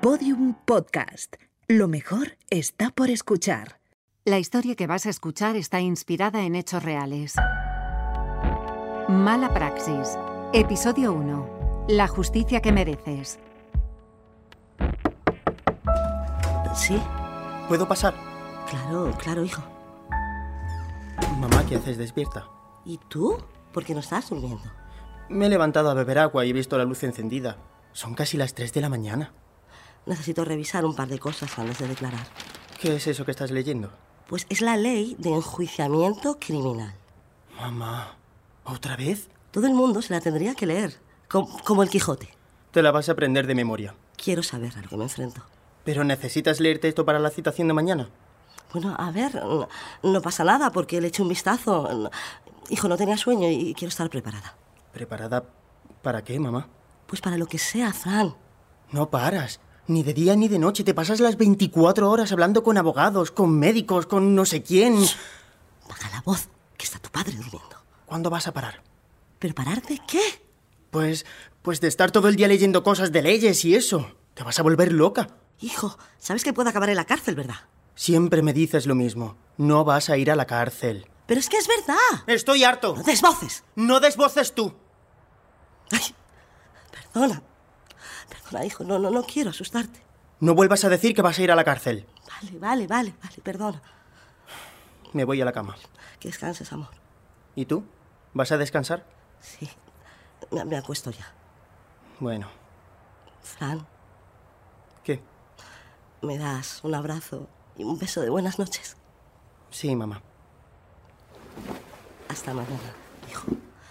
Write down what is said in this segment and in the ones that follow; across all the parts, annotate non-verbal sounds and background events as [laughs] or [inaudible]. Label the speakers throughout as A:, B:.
A: Podium Podcast. Lo mejor está por escuchar.
B: La historia que vas a escuchar está inspirada en hechos reales. Mala Praxis. Episodio 1. La justicia que mereces.
C: ¿Sí?
D: ¿Puedo pasar?
C: Claro, claro, hijo.
D: Mamá, ¿qué haces despierta?
C: ¿Y tú? ¿Por qué no estás durmiendo?
D: Me he levantado a beber agua y he visto la luz encendida. Son casi las 3 de la mañana.
C: Necesito revisar un par de cosas antes de declarar.
D: ¿Qué es eso que estás leyendo?
C: Pues es la ley de enjuiciamiento criminal.
D: Mamá, ¿otra vez?
C: Todo el mundo se la tendría que leer, com- como el Quijote.
D: Te la vas a aprender de memoria.
C: Quiero saber a lo que me enfrento.
D: Pero necesitas leerte esto para la citación de mañana.
C: Bueno, a ver, no, no pasa nada porque le eché un vistazo. No- Hijo, no tenía sueño y quiero estar preparada.
D: ¿Preparada para qué, mamá?
C: Pues para lo que sea, Fran.
D: No paras. Ni de día ni de noche. Te pasas las 24 horas hablando con abogados, con médicos, con no sé quién.
C: Baja la voz, que está tu padre durmiendo.
D: ¿Cuándo vas a parar?
C: ¿Prepararte qué?
D: Pues, pues de estar todo el día leyendo cosas de leyes y eso. Te vas a volver loca.
C: Hijo, sabes que puedo acabar en la cárcel, ¿verdad?
D: Siempre me dices lo mismo. No vas a ir a la cárcel.
C: Pero es que es verdad.
D: Estoy harto.
C: No desvoces.
D: No desvoces tú.
C: Ay, perdona. Perdona, hijo, no, no, no quiero asustarte.
D: No vuelvas a decir que vas a ir a la cárcel.
C: Vale, vale, vale, vale, perdona.
D: Me voy a la cama.
C: Que descanses, amor.
D: ¿Y tú? ¿Vas a descansar?
C: Sí, me, me acuesto ya.
D: Bueno,
C: Fran,
D: ¿qué?
C: me das un abrazo y un beso de buenas noches.
D: Sí, mamá.
C: Hasta mañana, hijo.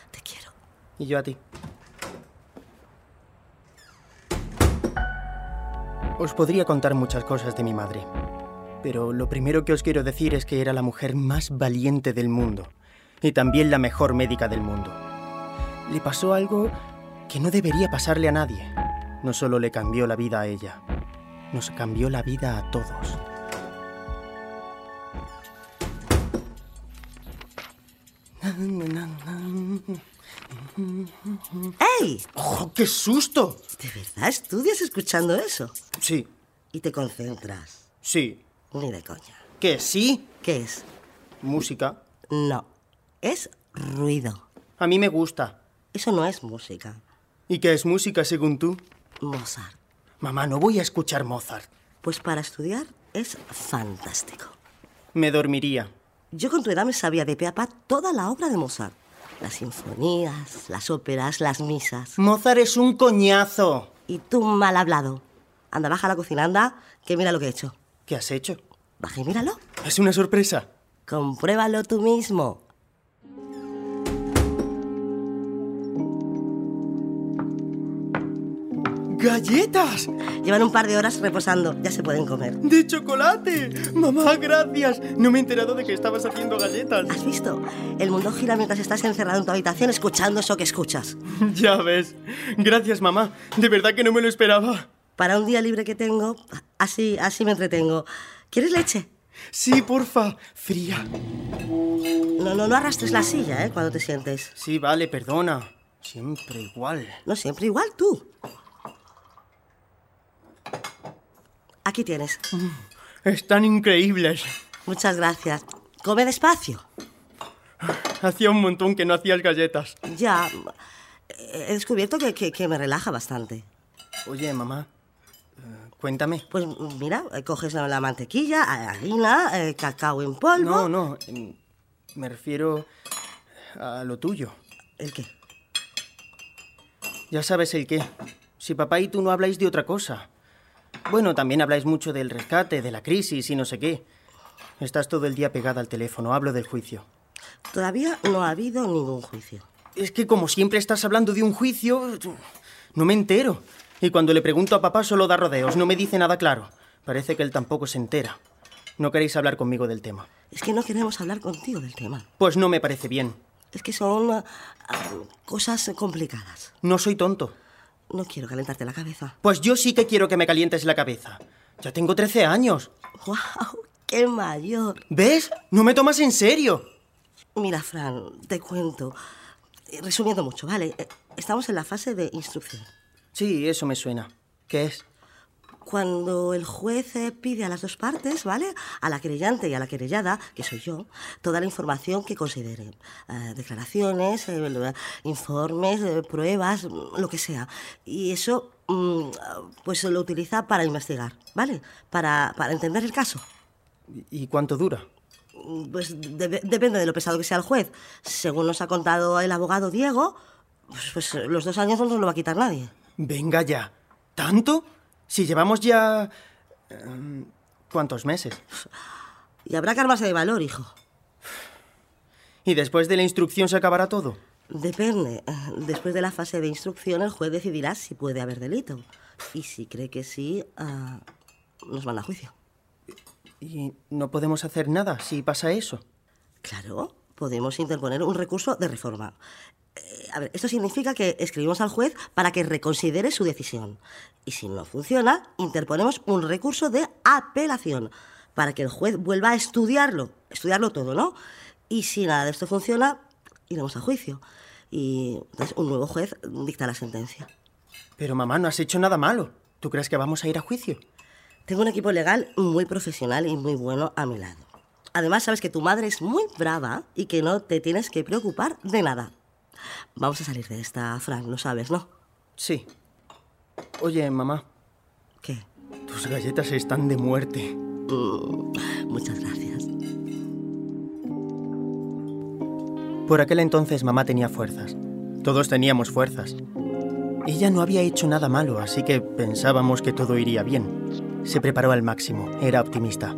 C: Te quiero.
D: Y yo a ti. Os podría contar muchas cosas de mi madre, pero lo primero que os quiero decir es que era la mujer más valiente del mundo y también la mejor médica del mundo. Le pasó algo que no debería pasarle a nadie. No solo le cambió la vida a ella, nos cambió la vida a todos.
C: ¡Ey!
D: ¡Oh, qué susto!
C: ¿De verdad estudias escuchando eso?
D: Sí,
C: Y te concentras.
D: sí.
C: Ni de coña.
D: ¿Que sí?
C: ¿Qué es?
D: Música.
C: No. Es ruido.
D: A mí me gusta.
C: Eso no es música.
D: ¿Y qué es música según tú?
C: Mozart.
D: Mamá, no voy a escuchar Mozart.
C: Pues para estudiar es fantástico.
D: Me dormiría.
C: Yo con tu edad me sabía de pe a pa toda la obra de Mozart. Las sinfonías, las óperas, las misas.
D: Mozart es un coñazo.
C: Y tú mal hablado. Anda, baja a la cocina, anda, que mira lo que he hecho.
D: ¿Qué has hecho?
C: Baja y míralo.
D: Es una sorpresa.
C: Compruébalo tú mismo.
D: ¡Galletas!
C: Llevan un par de horas reposando, ya se pueden comer.
D: ¡De chocolate! Mamá, gracias. No me he enterado de que estabas haciendo galletas.
C: ¿Has visto? El mundo gira mientras estás encerrado en tu habitación escuchando eso que escuchas.
D: [laughs] ya ves. Gracias, mamá. De verdad que no me lo esperaba.
C: Para un día libre que tengo, así, así me entretengo. ¿Quieres leche?
D: Sí, porfa. Fría.
C: No, no, no arrastres la silla, ¿eh? Cuando te sientes.
D: Sí, vale, perdona. Siempre igual.
C: No siempre igual tú. Aquí tienes.
D: Están increíbles.
C: Muchas gracias. Come despacio.
D: Hacía un montón que no hacías galletas.
C: Ya. eh, He descubierto que, que- que me relaja bastante.
D: Oye, mamá. eh, cuéntame.
C: Pues mira, eh, coges la, la mantequilla, eh, harina, eh, cacao en polvo.
D: No, no. em, Me refiero a lo tuyo.
C: ¿El qué?
D: Ya sabes el qué. Si papá y tú no habláis de otra cosa. Bueno, también habláis mucho del rescate, de la crisis y no sé qué. Estás todo el día pegada al teléfono, hablo del juicio.
C: Todavía no ha habido ningún juicio.
D: Es que como siempre estás hablando de un juicio, no me entero. Y cuando le pregunto a papá solo da rodeos, no me dice nada claro. Parece que él tampoco se entera. No queréis hablar conmigo del tema.
C: Es que no queremos hablar contigo del tema.
D: Pues no me parece bien.
C: Es que son ah, ah, cosas complicadas.
D: No soy tonto.
C: No quiero calentarte la cabeza. [laughs]
D: Pues yo sí que quiero que me calientes la cabeza. Ya tengo 13 años.
C: ¡Wow! ¡Qué mayor!
D: ¿Ves? No me tomas en serio.
C: Mira, Fran, te cuento. Eh, Resumiendo mucho, ¿vale? Eh, Estamos en la fase de instrucción.
D: Sí, eso me suena. ¿Qué es?
C: Cuando el juez eh, pide a las dos partes, ¿vale? A la querellante y a la querellada, que soy yo, toda la información que considere. Eh, declaraciones, eh, informes, eh, pruebas, mm, lo que sea. Y eso, mm, pues lo utiliza para investigar, ¿vale? Para, para entender el caso.
D: ¿Y- ¿Y cuánto dura?
C: Mm, Pues de- depende de lo pesado que sea el juez. Según nos ha contado el abogado Diego, pues, pues, eh, los dos años no nos lo va a quitar nadie.
D: Venga ya. ¿Tanto? Si llevamos ya... em, ¿Cuántos meses?
C: Y habrá que armarse de valor, hijo.
D: ¿Y después de la instrucción se acabará todo?
C: Depende. Después de la fase de instrucción, el juez decidirá si puede haber delito. Y si cree que sí, ah, nos manda a juicio.
D: ¿Y no podemos hacer nada si pasa eso?
C: Claro, podemos interponer un recurso de reforma. Eh, a ver, esto significa que escribimos al juez para que reconsidere su decisión. Y si no funciona, interponemos un recurso de apelación para que el juez vuelva a estudiarlo, estudiarlo todo, ¿no? Y si nada de esto funciona, iremos a juicio. Y entonces un nuevo juez dicta la sentencia.
D: Pero mamá, no has hecho nada malo. ¿Tú crees que vamos a ir a juicio?
C: Tengo un equipo legal muy profesional y muy bueno a mi lado. Además, sabes que tu madre es muy brava y que no te tienes que preocupar de nada. Vamos a salir de esta, Frank, lo sabes, ¿no?
D: Sí. Oye, mamá,
C: ¿Qué?
D: tus galletas están de muerte.
C: Muchas gracias.
D: Por aquel entonces mamá tenía fuerzas. Todos teníamos fuerzas. Ella no había hecho nada malo, así que pensábamos que todo iría bien. Se preparó al máximo, era optimista.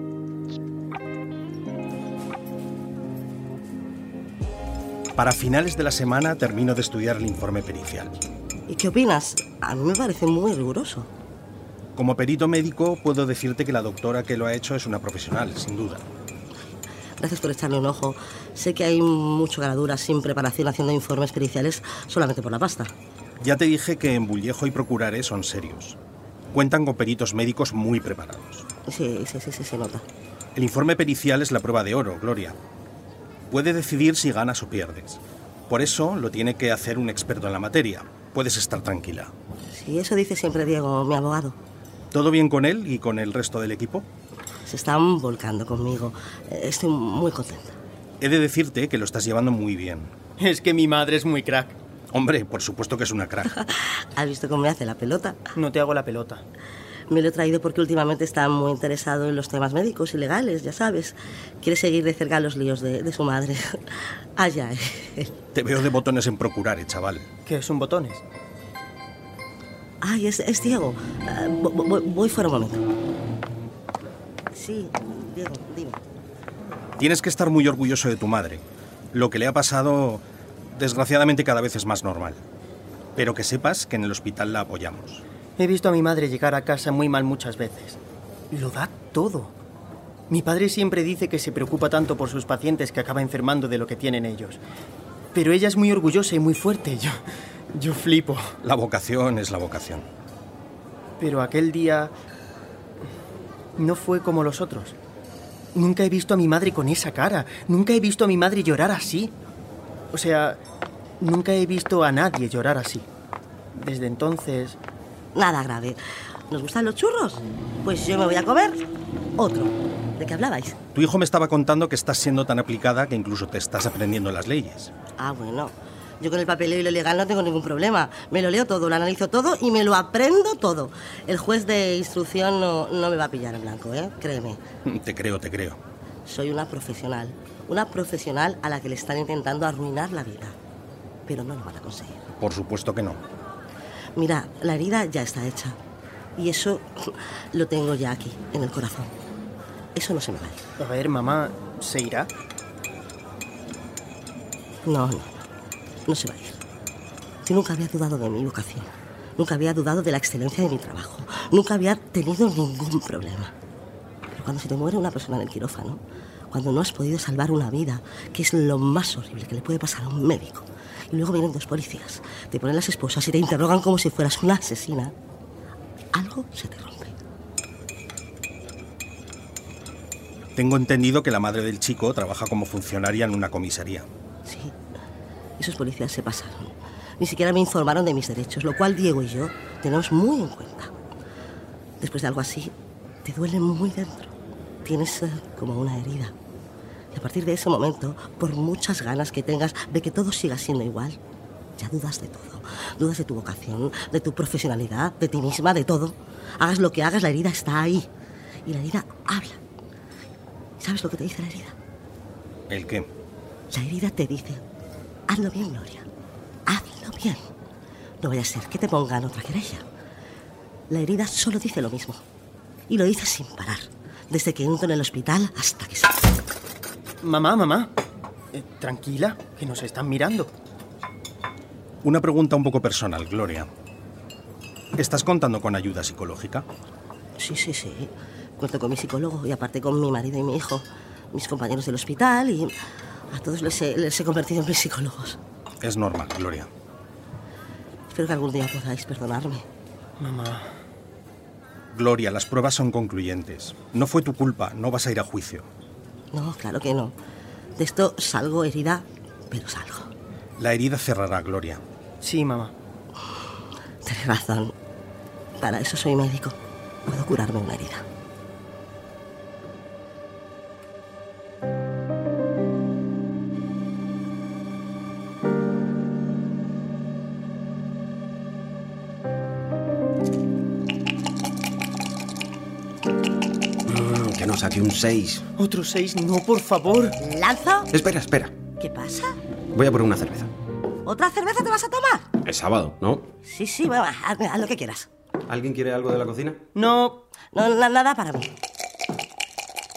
E: Para finales de la semana termino de estudiar el informe pericial.
C: ¿Y qué opinas? A mí me parece muy riguroso.
E: Como perito médico puedo decirte que la doctora que lo ha hecho es una profesional, sin duda.
C: Gracias por echarle un ojo. Sé que hay mucho ganadura sin preparación haciendo informes periciales solamente por la pasta.
E: Ya te dije que en Bullejo y Procuraré son serios. Cuentan con peritos médicos muy preparados.
C: Sí, sí, sí, sí, se nota.
E: El informe pericial es la prueba de oro, Gloria. Puede decidir si ganas o pierdes. Por eso lo tiene que hacer un experto en la materia. Puedes estar tranquila.
C: Sí, eso dice siempre Diego, mi abogado.
E: ¿Todo bien con él y con el resto del equipo?
C: Se están volcando conmigo. Eh, Estoy muy contenta.
E: He de decirte que lo estás llevando muy bien.
D: Es que mi madre es muy crack.
E: Hombre, por supuesto que es una crack.
C: ¿Has visto cómo me hace la pelota?
D: No te hago la pelota.
C: Me lo he traído porque últimamente está muy interesado en los temas médicos y legales, ya sabes. Quiere seguir de cerca los líos de, de su madre. [laughs] Allá.
E: Te veo de botones en Procuraré, chaval.
D: ¿Qué son botones?
C: Ay, es, es Diego. Ah, vo- vo- voy, voy fuera un momento. Sí, Diego, dime.
E: Tienes que estar muy orgulloso de tu madre. Lo que le ha pasado, desgraciadamente, cada vez es más normal. Pero que sepas que en el hospital la apoyamos.
D: He visto a mi madre llegar a casa muy mal muchas veces. Lo da todo. Mi padre siempre dice que se preocupa tanto por sus pacientes que acaba enfermando de lo que tienen ellos. Pero ella es muy orgullosa y muy fuerte. Yo, yo flipo.
E: La vocación es la vocación.
D: Pero aquel día no fue como los otros. Nunca he visto a mi madre con esa cara. Nunca he visto a mi madre llorar así. O sea, nunca he visto a nadie llorar así. Desde entonces...
C: Nada grave. ¿Nos gustan los churros? Pues yo me voy a comer otro. ¿De qué hablabais?
E: Tu hijo me estaba contando que estás siendo tan aplicada que incluso te estás aprendiendo las leyes. [laughs]
C: Ah, bueno. Yo con el papeleo y lo legal no tengo ningún problema. Me lo leo todo, lo analizo todo y me lo aprendo todo. El juez de instrucción no, no me va a pillar en blanco, ¿eh? Créeme.
E: Te creo, te creo.
C: Soy una profesional. Una profesional a la que le están intentando arruinar la vida. Pero no lo van a conseguir.
E: Por supuesto que no.
C: Mira, la herida ya está hecha. Y eso lo tengo ya aquí, en el corazón. Eso no se me va a ir.
D: A ver, mamá, ¿se irá?
C: No, no, no se va a ir. Yo nunca había dudado de mi vocación. Nunca había dudado de la excelencia de mi trabajo. Nunca había tenido ningún problema. Pero cuando se te muere una persona en el quirófano, cuando no has podido salvar una vida, que es lo más horrible que le puede pasar a un médico, y luego vienen dos policías, te ponen las esposas y te interrogan como si fueras una asesina, algo se te rompe.
E: Tengo entendido que la madre del chico trabaja como funcionaria en una comisaría.
C: Sí, esos policías se pasaron. Ni siquiera me informaron de mis derechos, lo cual Diego y yo tenemos muy en cuenta. después de algo así, te duele muy dentro. Tienes eh, como una herida. Y a partir de ese momento, por muchas ganas que tengas de que todo siga siendo igual, ya dudas de todo. Dudas de tu vocación, de tu profesionalidad, de ti misma, de todo. Hagas lo que hagas, la herida está ahí. Y la herida habla. ¿Sabes lo que te dice la herida?
E: ¿El qué?
C: La herida te dice, hazlo bien, Gloria. Hazlo bien. No vaya a ser que te pongan otra querella. La herida solo dice lo mismo. Y lo dice sin parar. Desde que entro en el hospital hasta que salgo.
D: Mamá, mamá. eh, tranquila, que nos están mirando.
E: Una pregunta un poco personal, Gloria. ¿Estás contando con ayuda psicológica?
C: Sí, sí, sí. Cuento con mi psicólogo y aparte con mi marido y mi hijo, mis compañeros del hospital y a todos les he, les he convertido en mis psicólogos.
E: Es normal, Gloria.
C: Espero que algún día podáis perdonarme.
D: Mamá.
E: Gloria, las pruebas son concluyentes. No fue tu culpa, no vas a ir a juicio.
C: No, claro que no. De esto salgo herida, pero salgo.
E: La herida cerrará, Gloria.
D: Sí, mamá.
C: Tienes razón. Para eso soy médico. Puedo curarme una herida.
F: Mm, que no saque un 6.
D: Otro seis, no, por favor.
C: ¿Lanzo?
F: Espera, espera.
C: ¿Qué pasa?
F: Voy a por una cerveza.
C: ¿Otra cerveza te vas a tomar?
F: Es sábado, ¿no?
C: Sí, sí, bueno, haz, haz lo que quieras.
F: ¿Alguien quiere algo de la cocina?
D: No,
C: No, na- nada para mí.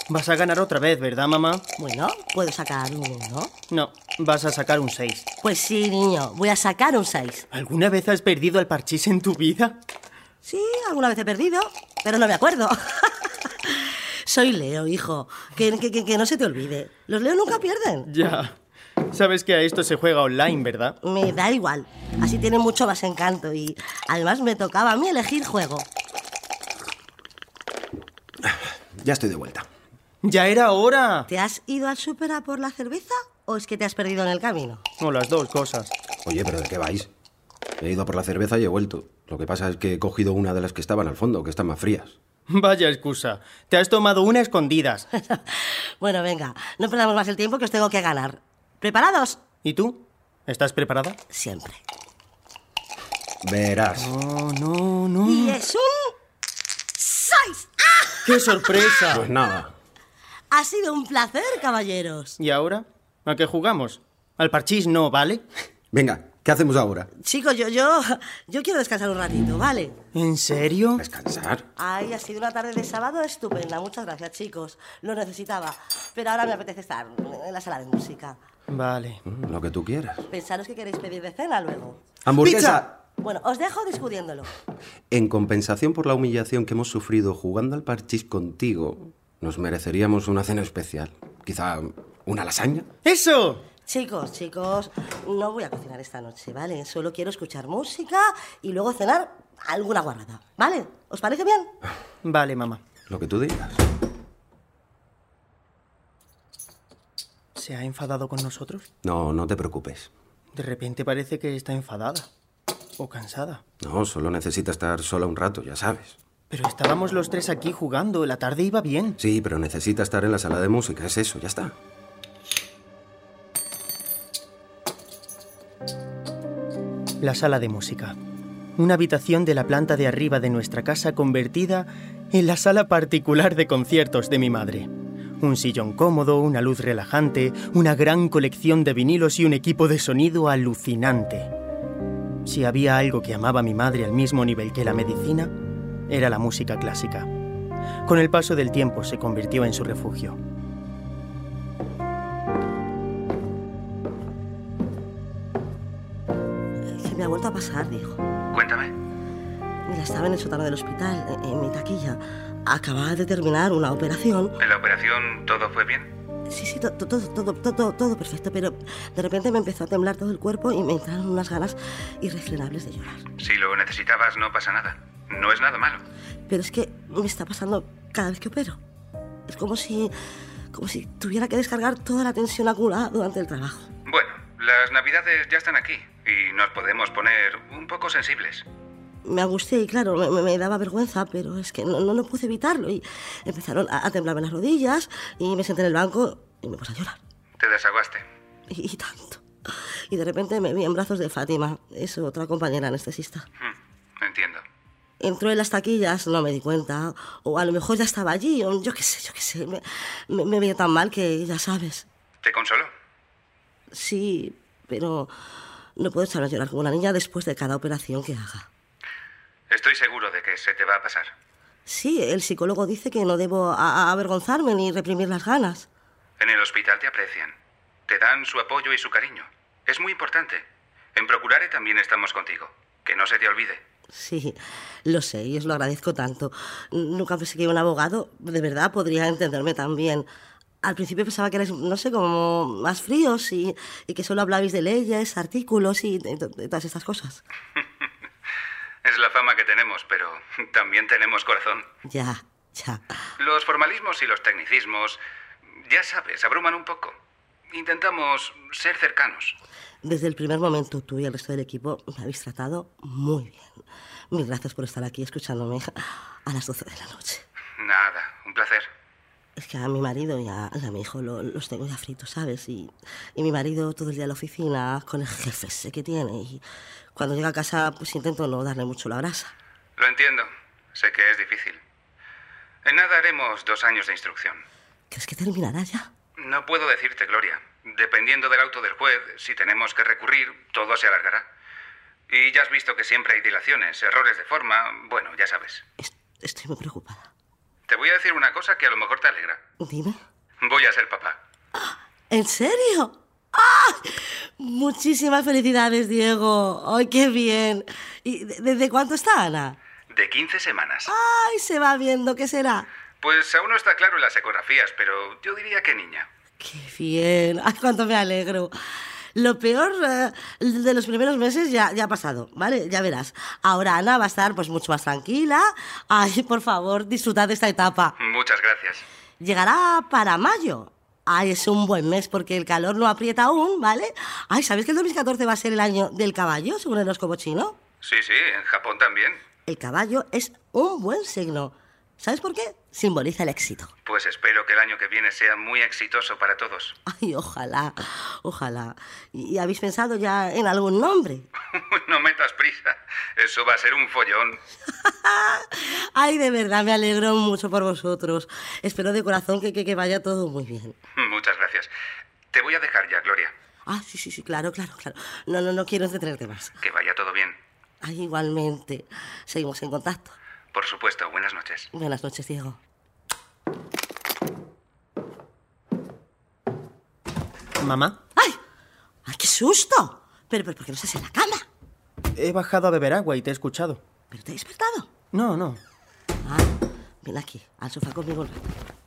D: vas a ganar otra vez, ¿verdad, mamá?
C: Bueno, puedo sacar un uno.
D: No, vas a sacar un 6.
C: Pues sí, niño, voy a sacar un 6.
D: ¿Alguna vez has perdido al parchís en tu vida?
C: Sí, alguna vez he perdido, pero no me acuerdo. [laughs] Soy Leo, hijo. Que, que- que- que no se te olvide. Los Leo nunca pierden.
D: Ya. Sabes que a esto se juega online, ¿verdad?
C: Me da igual. Así tiene mucho más encanto y además me tocaba a mí elegir juego.
F: Ya estoy de vuelta.
D: ¡Ya era hora!
C: ¿Te has ido al súper a por la cerveza o es que te has perdido en el camino?
D: O las dos cosas.
F: Oye, ¿pero de qué vais? He ido a por la cerveza y he vuelto. Lo que pasa es que he cogido una de las que estaban al fondo, que están más frías.
D: Vaya excusa. Te has tomado una a escondidas.
C: bueno, venga, no perdamos más el tiempo que os tengo que ganar. ¿Preparados?
D: ¿Y tú? ¿Estás preparada?
C: Siempre.
F: Verás.
D: No, no, no.
C: Y es un... ¡Seis!
D: ¡Qué sorpresa!
F: Pues nada.
C: Ha sido un placer, caballeros.
D: ¿Y ahora? ¿A qué jugamos? Al parchís no, ¿vale?
F: Venga, ¿qué hacemos ahora?
C: Chicos, yo, yo, yo quiero descansar un ratito, ¿vale?
D: ¿En serio?
F: ¿Descansar?
C: Ay, ha sido una tarde de sábado estupenda. Muchas gracias, chicos. Lo necesitaba. Pero ahora me apetece estar en la sala de música.
D: Vale.
F: Mm, Lo que tú quieras.
C: Pensaros que queréis pedir de cena luego.
F: ¡Hamburguesa!
C: Bueno, os dejo discutiéndolo.
F: En compensación por la humillación que hemos sufrido jugando al parchís contigo, nos mereceríamos una cena especial. Quizá una lasaña.
D: ¡Eso!
C: Chicos, chicos, no voy a cocinar esta noche, ¿vale? Solo quiero escuchar música y luego cenar alguna guarrada, ¿vale? ¿Os parece bien?
D: Vale, mamá.
F: Lo que tú digas.
D: ¿Se ha enfadado con nosotros?
F: No, no te preocupes.
D: De repente parece que está enfadada. O cansada.
F: No, solo necesita estar sola un rato, ya sabes.
D: Pero estábamos los tres aquí jugando, la tarde iba bien.
F: Sí, pero necesita estar en la sala de música, es eso, ya está.
D: La sala de música. Una habitación de la planta de arriba de nuestra casa convertida en la sala particular de conciertos de mi madre. Un sillón cómodo, una luz relajante, una gran colección de vinilos y un equipo de sonido alucinante. Si había algo que amaba mi madre al mismo nivel que la medicina, era la música clásica. Con el paso del tiempo se convirtió en su refugio.
C: Se me ha vuelto a pasar, dijo. Cuéntame. Mira, estaba en el sótano del hospital, en- en mi taquilla. Acababa de terminar una operación
G: ¿En la operación todo fue bien?
C: Sí, sí, to- to- todo, todo, todo, todo perfecto, pero de repente me empezó a temblar todo el cuerpo y me entraron unas ganas irrefrenables de llorar.
G: Si lo necesitabas, no pasa nada. No es nada malo.
C: Pero es que me está pasando cada vez que opero. Es como si, como si tuviera que descargar toda la tensión acumulada durante el trabajo.
G: Bueno, las navidades ya están aquí y nos podemos poner un poco sensibles.
C: Me agusté y claro, me, me daba vergüenza, pero es que no, no, no pude evitarlo y empezaron a, a temblarme las rodillas y me senté en el banco y me puse a llorar.
G: Te desaguaste.
C: Y, y tanto. Y de repente me vi en brazos de Fátima, es otra compañera anestesista.
G: Hmm, entiendo.
C: Entró en las taquillas, no me di cuenta, o a lo mejor ya estaba allí, o yo qué sé, yo qué sé. Me, me, me veía tan mal que ya sabes.
G: ¿Te consoló?
C: Sí, pero no puedo echarme a llorar como una niña después de cada operación que haga.
G: Estoy seguro de que se te va a pasar.
C: Sí, el psicólogo dice que no debo a- a avergonzarme ni reprimir las ganas.
G: En el hospital te aprecian. Te dan su apoyo y su cariño. Es muy importante. En Procurare también estamos contigo. Que no se te olvide.
C: Sí, lo sé y os lo agradezco tanto. Nunca pensé que un abogado de verdad podría entenderme tan bien. Al principio pensaba que erais, no sé, como más fríos y, y que solo hablabais de leyes, artículos y de- de- de todas estas cosas.
G: Es la fama que tenemos, pero [laughs] también tenemos corazón.
C: Ya, ya.
G: Los formalismos y los tecnicismos, ya sabes, abruman un poco. Intentamos ser cercanos.
C: Desde el primer momento tú y el resto del equipo me habéis tratado muy bien. Mil gracias por estar aquí escuchándome a las 12 de la noche.
G: Nada, un placer.
C: Es que a mi marido y a, y a mi hijo lo- los tengo ya fritos, ¿sabes? Y, y mi marido todo el día en la oficina con el jefe ese que tiene. Y cuando llega a casa, pues intento no darle mucho la brasa.
G: Lo entiendo. Sé que es difícil. En nada haremos dos años de instrucción.
C: ¿Crees que terminará ya?
G: No puedo decirte, Gloria. Dependiendo del auto del juez, si tenemos que recurrir, todo se alargará. Y ya has visto que siempre hay dilaciones, errores de forma. Bueno, ya sabes.
C: Es- estoy muy preocupada.
G: Te voy a decir una cosa que a lo mejor te alegra.
C: Dime.
G: Voy a ser papá.
C: ¿En serio? ¡Ah! Muchísimas felicidades, Diego. ¡Ay, qué bien! ¿Y de- desde cuánto está Ana?
G: De 15 semanas.
C: ¡Ay, se va viendo qué será!
G: Pues aún no está claro en las ecografías, pero yo diría que niña.
C: ¡Qué bien! ¡Ay, cuánto me alegro! Lo peor eh, de los primeros meses ya, ya ha pasado, ¿vale? Ya verás. Ahora Ana va a estar pues mucho más tranquila. Ay, por favor, disfrutad de esta etapa.
G: Muchas gracias.
C: Llegará para mayo. Ay, es un buen mes porque el calor no aprieta aún, ¿vale? Ay, ¿sabéis que el 2014 va a ser el año del caballo, según el horóscopo chino?
G: Sí, sí, en Japón también.
C: El caballo es un buen signo. ¿Sabes por qué? Simboliza el éxito.
G: Pues espero que el año que viene sea muy exitoso para todos. [laughs]
C: [laughs] Ay, ojalá, ojalá. ¿Y y habéis pensado ya en algún nombre?
G: no metas prisa. Eso va a ser un follón.
C: Ay, de verdad, me alegro mucho por vosotros. Espero de corazón que, que- que vaya todo muy bien.
G: Muchas gracias. Te voy a dejar ya, Gloria.
C: Ah, sí, sí, sí, claro, claro, claro. No, no, no quiero entretenerte más.
G: Que vaya todo bien.
C: Ay, igualmente. Seguimos en contacto.
G: Por supuesto, buenas noches.
C: Buenas noches, Diego.
D: Mamá,
C: ¡Ay! ¡Ay, qué susto! Pero, pero, ¿por qué no estás en la cama?
D: he bajado a beber agua y te he escuchado.
C: ¿Pero te he despertado?
D: No, no.
C: Ah, ven aquí, al sofá conmigo un rato.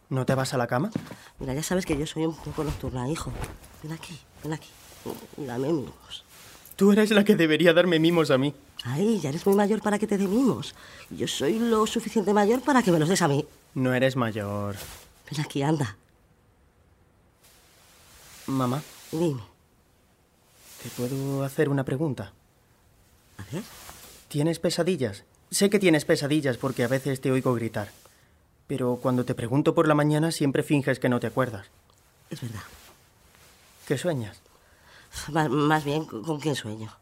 D: ¿No te vas a la cama?
C: Mira, ya sabes que yo soy un poco nocturna, hijo. Ven aquí, ven aquí. Y dame mimos.
D: Tú eres la que debería darme mimos a mí.
C: Ay, ya eres muy mayor para que te dé mimos. Yo soy lo suficiente mayor para que me los des a mí.
D: No eres mayor.
C: Ven aquí, anda.
D: Mamá,
C: Dime.
D: ¿te puedo hacer una pregunta?
C: A ver.
D: ¿Tienes pesadillas? Sé que tienes pesadillas porque a veces te oigo gritar. Pero cuando te pregunto por la mañana siempre finges que no te acuerdas.
C: Es verdad.
D: ¿Qué sueñas?
C: Má- más bien, ¿con con quién sueño?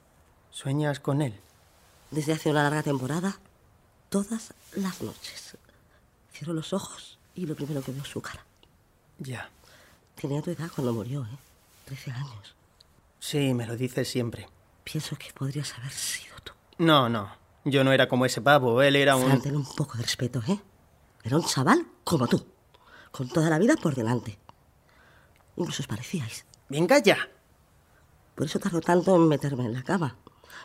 D: ¿Sueñas con él?
C: Desde hace una larga temporada, todas las noches. Cierro los ojos y lo primero que veo es su cara.
D: Ya.
C: Tenía tu edad cuando murió, ¿eh? 13 años.
D: Sí, me lo dices siempre.
C: Pienso que podrías haber sido tú.
D: No, no. Yo no era como ese pavo. Él era
C: Fran,
D: un...
C: ten un poco de respeto, ¿eh? Era un chaval como tú, con toda la vida por delante. Incluso os parecíais.
D: ¡Venga ya!
C: Por eso tardo tanto en meterme en la cama.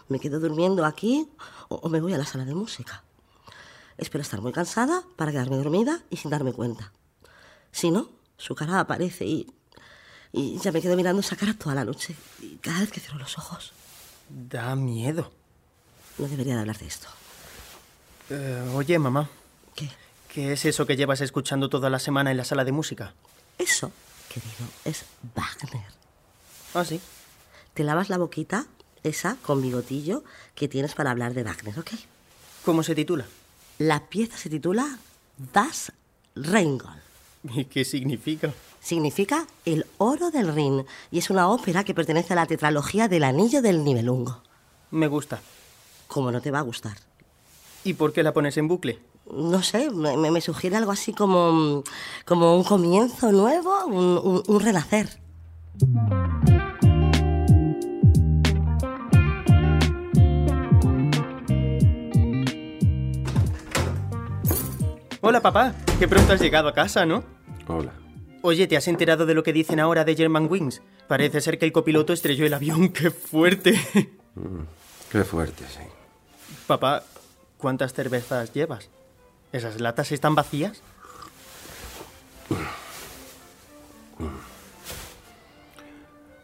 C: Me quedo durmiendo aquí o, o me voy a la sala de música. Espero estar muy cansada para quedarme dormida y sin darme cuenta. Si no, su cara aparece y, y ya me quedo mirando esa cara toda la noche. Y cada vez que cierro los ojos,
D: Da miedo.
C: no debería de hablar de esto.
D: Eh, oye, mamá.
C: ¿Qué?
D: ¿Qué es eso que llevas escuchando toda la semana en la sala de música?
C: Eso, querido, es Wagner.
D: Ah, sí.
C: Te lavas la boquita, esa con bigotillo que tienes para hablar de Wagner, ¿ok?
D: ¿Cómo se titula?
C: La pieza se titula Das Rheingold.
D: [laughs] ¿Y qué significa?
C: Significa El oro del Rin y es una ópera que pertenece a la tetralogía del Anillo del Nibelungo.
D: Me gusta.
C: Como no te va a gustar.
D: ¿Y por qué la pones en bucle?
C: No sé, me, me- me sugiere algo así como, como un comienzo nuevo, un, un- un renacer.
D: Hola, papá. Qué pronto has llegado a casa, ¿no?
F: Hola.
D: Oye, ¿te has enterado de lo que dicen ahora de German Wings? Parece ser que el copiloto estrelló el avión. [laughs] ¡Qué fuerte!
F: Qué fuerte, sí.
D: Papá, ¿cuántas cervezas llevas? ¿Esas latas están vacías?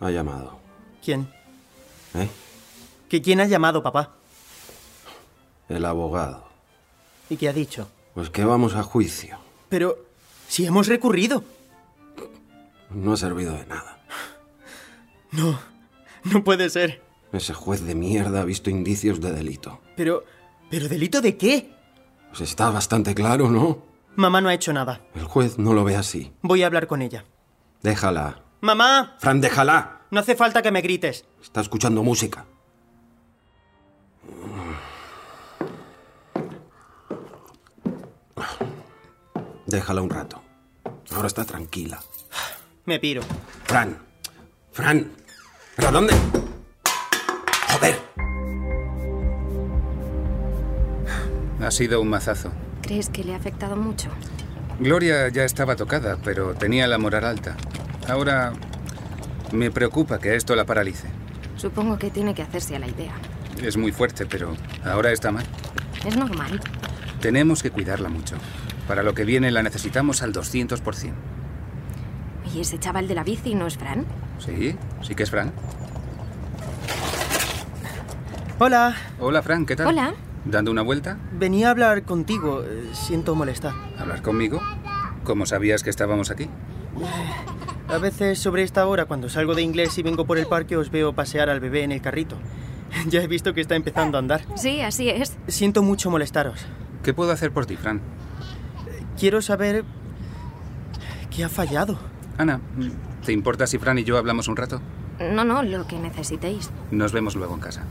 F: Ha llamado.
D: ¿Quién?
F: ¿Eh?
D: ¿Que quién ha llamado, papá?
F: El abogado.
D: ¿Y qué ha dicho?
F: Pues que vamos a juicio.
D: Pero... Si hemos recurrido.
F: No ha servido de nada.
D: No, no puede ser.
F: Ese juez de mierda ha visto indicios de delito.
D: Pero... ¿Pero delito de qué?
F: Pues está bastante claro, ¿no?
D: Mamá no ha hecho nada.
F: El juez no lo ve así.
D: Voy a hablar con ella.
F: Déjala.
D: ¡Mamá!
F: Fran, déjala.
D: No hace falta que me grites.
F: Está escuchando música. Déjala un rato. Ahora está tranquila.
D: Me piro.
F: Fran. Fran. ¿Pero dónde? Joder.
G: Ha sido un mazazo.
H: ¿Crees que le ha afectado mucho?
G: Gloria ya estaba tocada, pero tenía la moral alta. Ahora me preocupa que esto la paralice.
H: Supongo que tiene que hacerse a la idea.
G: Es muy fuerte, pero ahora está mal.
H: Es normal.
G: Tenemos que cuidarla mucho. Para lo que viene la necesitamos al 200%.
H: ¿Y ese chaval de la bici no es Fran?
G: Sí, sí que es Fran.
D: Hola.
G: Hola, Fran, ¿qué tal?
H: Hola.
G: ¿Dando una vuelta?
D: Venía a hablar contigo. Eh, Siento molestar.
G: ¿Hablar conmigo? ¿Cómo sabías que estábamos aquí?
D: A veces sobre esta hora, cuando salgo de inglés y vengo por el parque, os veo pasear al bebé en el carrito. [laughs] Ya he visto que está empezando a andar.
H: Sí, así es.
D: Siento mucho molestaros.
G: ¿Qué puedo hacer por ti, Fran?
D: Quiero saber qué ha fallado.
G: Ana, ¿te importa si Fran y yo hablamos un rato?
H: No, no, lo que necesitéis.
G: Nos vemos luego en casa.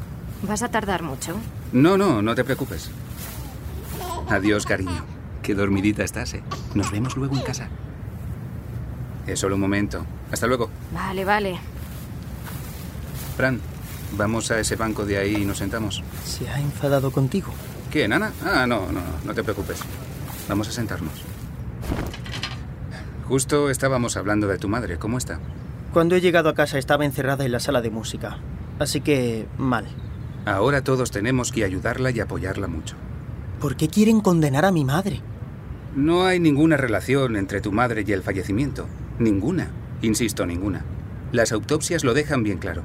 H: ¿Vas a tardar mucho?
G: No, no, no te preocupes. Adiós, cariño. Qué dormidita estás, ¿eh? Nos vemos luego en casa. Es solo un momento. Hasta luego.
H: Vale, vale.
G: Fran, vamos a ese banco de ahí y nos sentamos.
D: Se ha enfadado contigo.
G: ¿Qué, Nana? Ah, no, no, no te preocupes. Vamos a sentarnos. Justo estábamos hablando de tu madre. ¿Cómo está?
D: Cuando he llegado a casa estaba encerrada en la sala de música. Así que mal.
G: Ahora todos tenemos que ayudarla y apoyarla mucho.
D: ¿Por qué quieren condenar a mi madre?
G: No hay ninguna relación entre tu madre y el fallecimiento. Ninguna. Insisto, ninguna. Las autopsias lo dejan bien claro.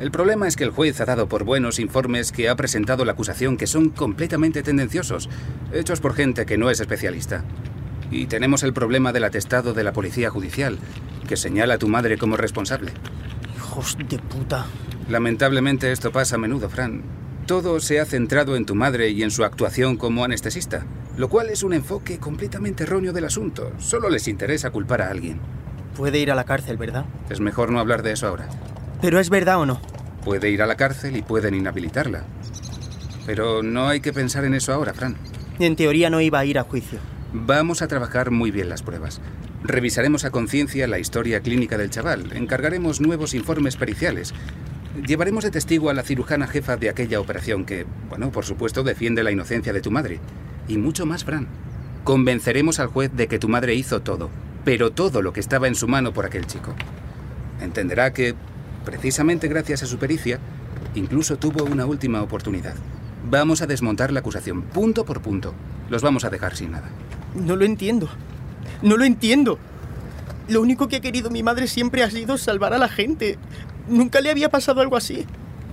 G: El problema es que el juez ha dado por buenos informes que ha presentado la acusación que son completamente tendenciosos, hechos por gente que no es especialista. Y tenemos el problema del atestado de la policía judicial, que señala a tu madre como responsable.
D: Hijos de puta.
G: Lamentablemente esto pasa a menudo, Fran. Todo se ha centrado en tu madre y en su actuación como anestesista, lo cual es un enfoque completamente erróneo del asunto. Solo les interesa culpar a alguien.
D: Puede ir a la cárcel, ¿verdad?
G: Es mejor no hablar de eso ahora.
D: Pero es verdad o no.
G: Puede ir a la cárcel y pueden inhabilitarla. Pero no hay que pensar en eso ahora, Fran.
D: En teoría no iba a ir a juicio.
G: Vamos a trabajar muy bien las pruebas. Revisaremos a conciencia la historia clínica del chaval. Encargaremos nuevos informes periciales. Llevaremos de testigo a la cirujana jefa de aquella operación que, bueno, por supuesto, defiende la inocencia de tu madre. Y mucho más, Fran. Convenceremos al juez de que tu madre hizo todo, pero todo lo que estaba en su mano por aquel chico. Entenderá que, precisamente gracias a su pericia, incluso tuvo una última oportunidad. Vamos a desmontar la acusación, punto por punto. Los vamos a dejar sin nada.
D: No lo entiendo. No lo entiendo. Lo único que ha querido mi madre siempre ha sido salvar a la gente. Nunca le había pasado algo así.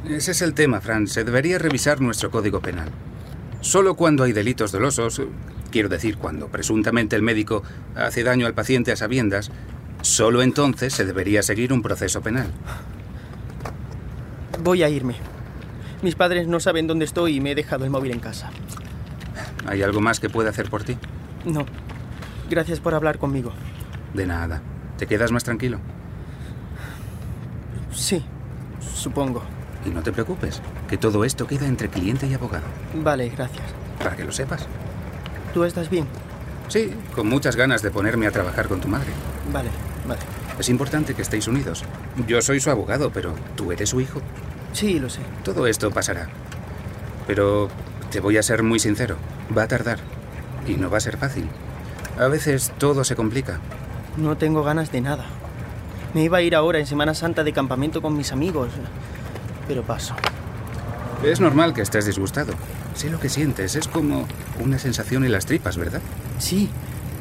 G: Ese es el tema, Fran. Se debería revisar nuestro código penal. Solo cuando hay delitos dolosos, eh, quiero decir, cuando presuntamente el médico hace daño al paciente a sabiendas, solo entonces se debería seguir un proceso penal.
D: Voy a irme. Mis padres no saben dónde estoy y me he dejado el móvil en casa.
G: ¿Hay algo más que pueda hacer por ti?
D: No. Gracias por hablar conmigo.
G: De nada. ¿Te quedas más tranquilo?
D: Sí, supongo.
G: Y no te preocupes, que todo esto queda entre cliente y abogado,
D: Vale, gracias.
G: para que lo sepas.
D: ¿Tú estás bien?
G: Sí, con muchas ganas de ponerme a trabajar con tu madre.
D: Vale, vale.
G: Es importante que estéis unidos. Yo soy su abogado, pero tú eres su hijo.
D: Sí, lo sé.
G: Todo esto pasará. Pero te voy a ser muy sincero, va a tardar. Y no va a ser fácil. A veces todo se complica.
D: No tengo ganas de nada. Me iba a ir ahora en Semana Santa de campamento con mis amigos. Pero paso.
G: Es normal que estés disgustado. Sé lo que sientes, es como una sensación en las tripas, ¿verdad?
D: Sí,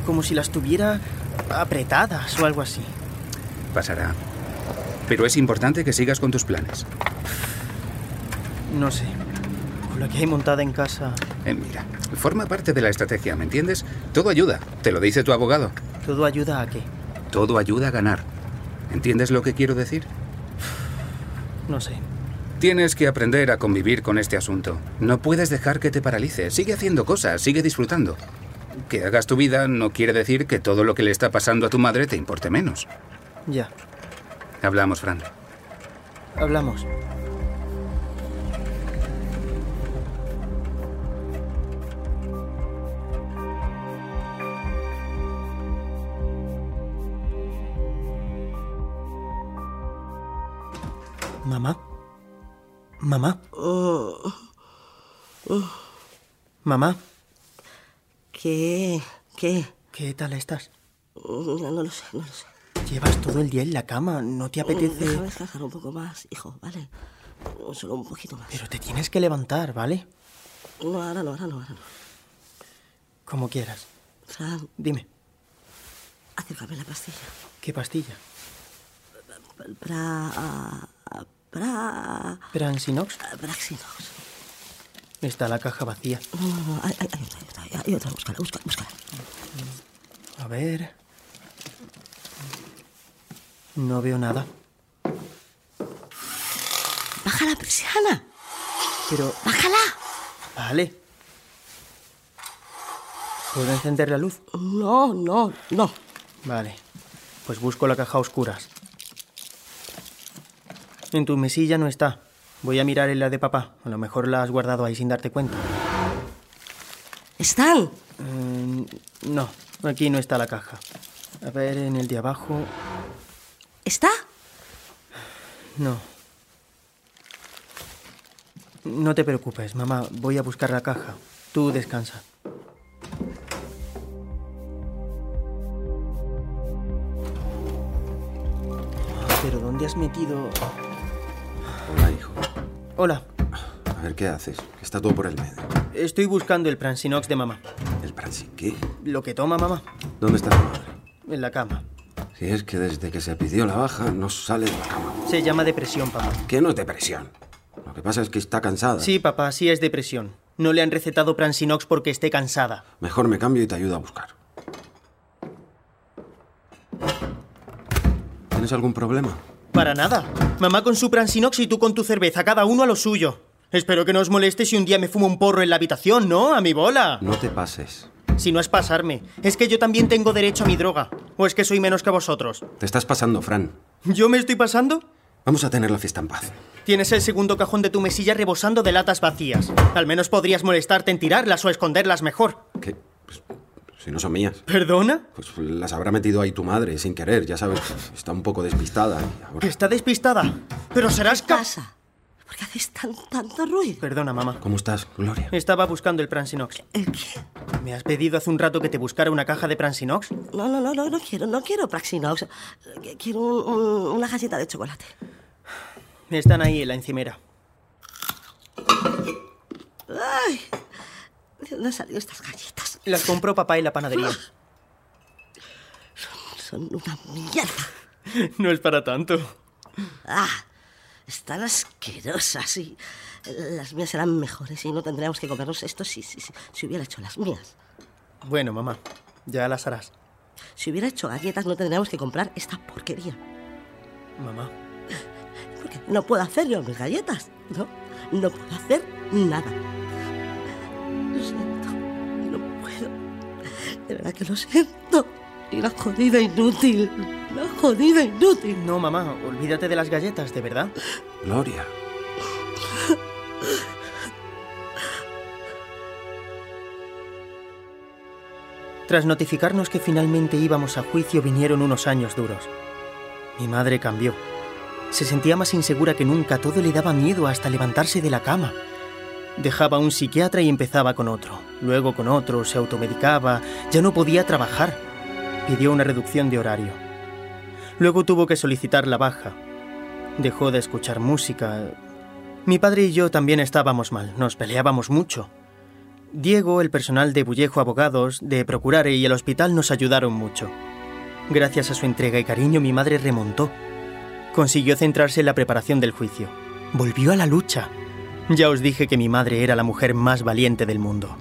D: como si las tuviera apretadas o algo así.
G: Pasará. Pero es importante que sigas con tus planes.
D: No sé. Con la que hay montada en casa,
G: Eh, mira, forma parte de la estrategia, ¿me entiendes? Todo ayuda, te lo dice tu abogado.
D: todo ayuda a que.
G: Todo ayuda a ganar. ¿Entiendes lo que quiero decir?
D: No sé.
G: Tienes que aprender a convivir con este asunto. No puedes dejar que te paralice. Sigue haciendo cosas, sigue disfrutando. Que hagas tu vida no quiere decir que todo lo que le está pasando a tu madre te importe menos.
D: Ya,
G: Hablamos, Fran.
D: hablamos. Mamá. Mamá. Mamá,
C: ¿Qué? ¿Qué?
D: ¿qué tal estás?
C: No, no lo sé, no lo sé.
D: Llevas todo el día en la cama, ¿no te apetece?
C: Déjame descansar un poco más, hijo, ¿vale? Solo un poquito más.
D: Pero te tienes que levantar, ¿vale?
C: No, ahora no, ahora no, ahora no.
D: Como quieras.
C: Fran,
D: Dime,
C: acércame la pastilla.
D: ¿qué pastilla?
C: Pra... Pra...
D: ¿Pransinox?
C: Braxinox.
D: Está la caja vacía.
C: No, no, no, hay, hay- hay otra, hay otra, hay- hay otra. Búscala, búscala, búscala.
D: A ver. No veo nada.
C: ¡Baja la persiana!
D: Pero,
C: ¡Bájala!
D: vale. ¿Puedo encender la luz?
C: No, no, no.
D: Vale. Pues busco la caja a oscuras. En tu mesilla no está. Voy a mirar en la de papá. A lo mejor la has guardado ahí sin darte cuenta.
C: ¡Están!
D: Mm, no, aquí no está la caja. A ver, en el de abajo.
C: ¿Está?
D: No. No te preocupes, mamá. Voy a buscar la caja. Tú descansa. Ah, Pero ¿dónde has metido...?
F: Hola, hijo.
D: Hola,
F: A ver, ¿qué haces? Que Está todo por el medio.
D: estoy buscando el Pransinox de mamá.
F: ¿El Pransi qué?
D: Lo que toma mamá.
F: ¿Dónde está tu madre?
D: En la cama.
F: Si es que desde que se pidió la baja no sale de la cama.
D: Se llama depresión, papá.
F: ¿Qué no es depresión? Lo que pasa es que está cansada.
D: Sí, papá, sí es depresión. No le han recetado Pransinox porque esté cansada.
F: Mejor me cambio y te ayudo a buscar. ¿Tienes algún problema?
D: Para nada. Mamá con su Pransinox y tú con tu cerveza, cada uno a lo suyo. Espero que no os moleste si un día me fumo un porro en la habitación, ¿no? A mi bola.
F: No te pases.
D: Si no es pasarme, es que yo también tengo derecho a mi droga. ¿O es que soy menos que vosotros?
F: Te estás pasando, Fran.
D: ¿Yo me estoy pasando?
F: Vamos a tener la fiesta en paz.
D: Tienes el segundo cajón de tu mesilla rebosando de latas vacías. Al menos podrías molestarte en tirarlas o esconderlas mejor.
F: ¿Qué? Pues, si no son mías.
D: ¿Perdona?
F: Pues las habrá metido ahí tu madre, sin querer. Ya sabes, está un poco despistada. y
D: Que
F: ahora-
D: está despistada. Pero serás cas...
C: Casa. ¿Por qué haces tan, tanto ruido?
D: Perdona, mamá.
F: ¿Cómo estás, Gloria?
D: Estaba buscando el Pransinox.
C: ¿El qué?
D: ¿Me has pedido hace un rato que te buscara una caja de Pransinox?
C: No, no, no, no, no quiero, no quiero Praxinox. Qu- Quiero un- un- una galleta de chocolate.
D: Están ahí en la encimera.
C: ¡Ay! ¿De dónde han salido estas galletas?
D: Las compró papá en la panadería.
C: Son una mierda.
D: [laughs] No es para tanto.
C: ¡Ah! Están asquerosas y las mías serán mejores y no tendríamos que comernos esto si, si, si- si hubiera hecho las mías.
D: Bueno, mamá, ya las harás.
C: Si hubiera hecho galletas no tendríamos que comprar esta porquería.
D: Mamá.
C: Porque no puedo hacer yo mis galletas, ¿no? No puedo hacer nada. Lo siento. De verdad que lo siento. Y la jodida inútil. La jodida inútil.
D: No, mamá, olvídate de las galletas, de verdad.
F: Gloria.
D: Tras notificarnos que finalmente íbamos a juicio vinieron unos años duros. Mi madre cambió. Se sentía más insegura que nunca, todo le daba miedo hasta levantarse de la cama. Dejaba a un psiquiatra y empezaba con otro, luego con otro, se automedicaba, ya no podía trabajar. Pidió una reducción de horario. Luego tuvo que solicitar la baja. Dejó de escuchar música. Mi padre y yo también estábamos mal, nos peleábamos mucho. Diego, el personal de Bullejo Abogados, de Procurare y el hospital nos ayudaron mucho. Gracias a su entrega y cariño mi madre remontó. Consiguió centrarse en la preparación del juicio. Volvió a la lucha. Ya os dije que mi madre era la mujer más valiente del mundo.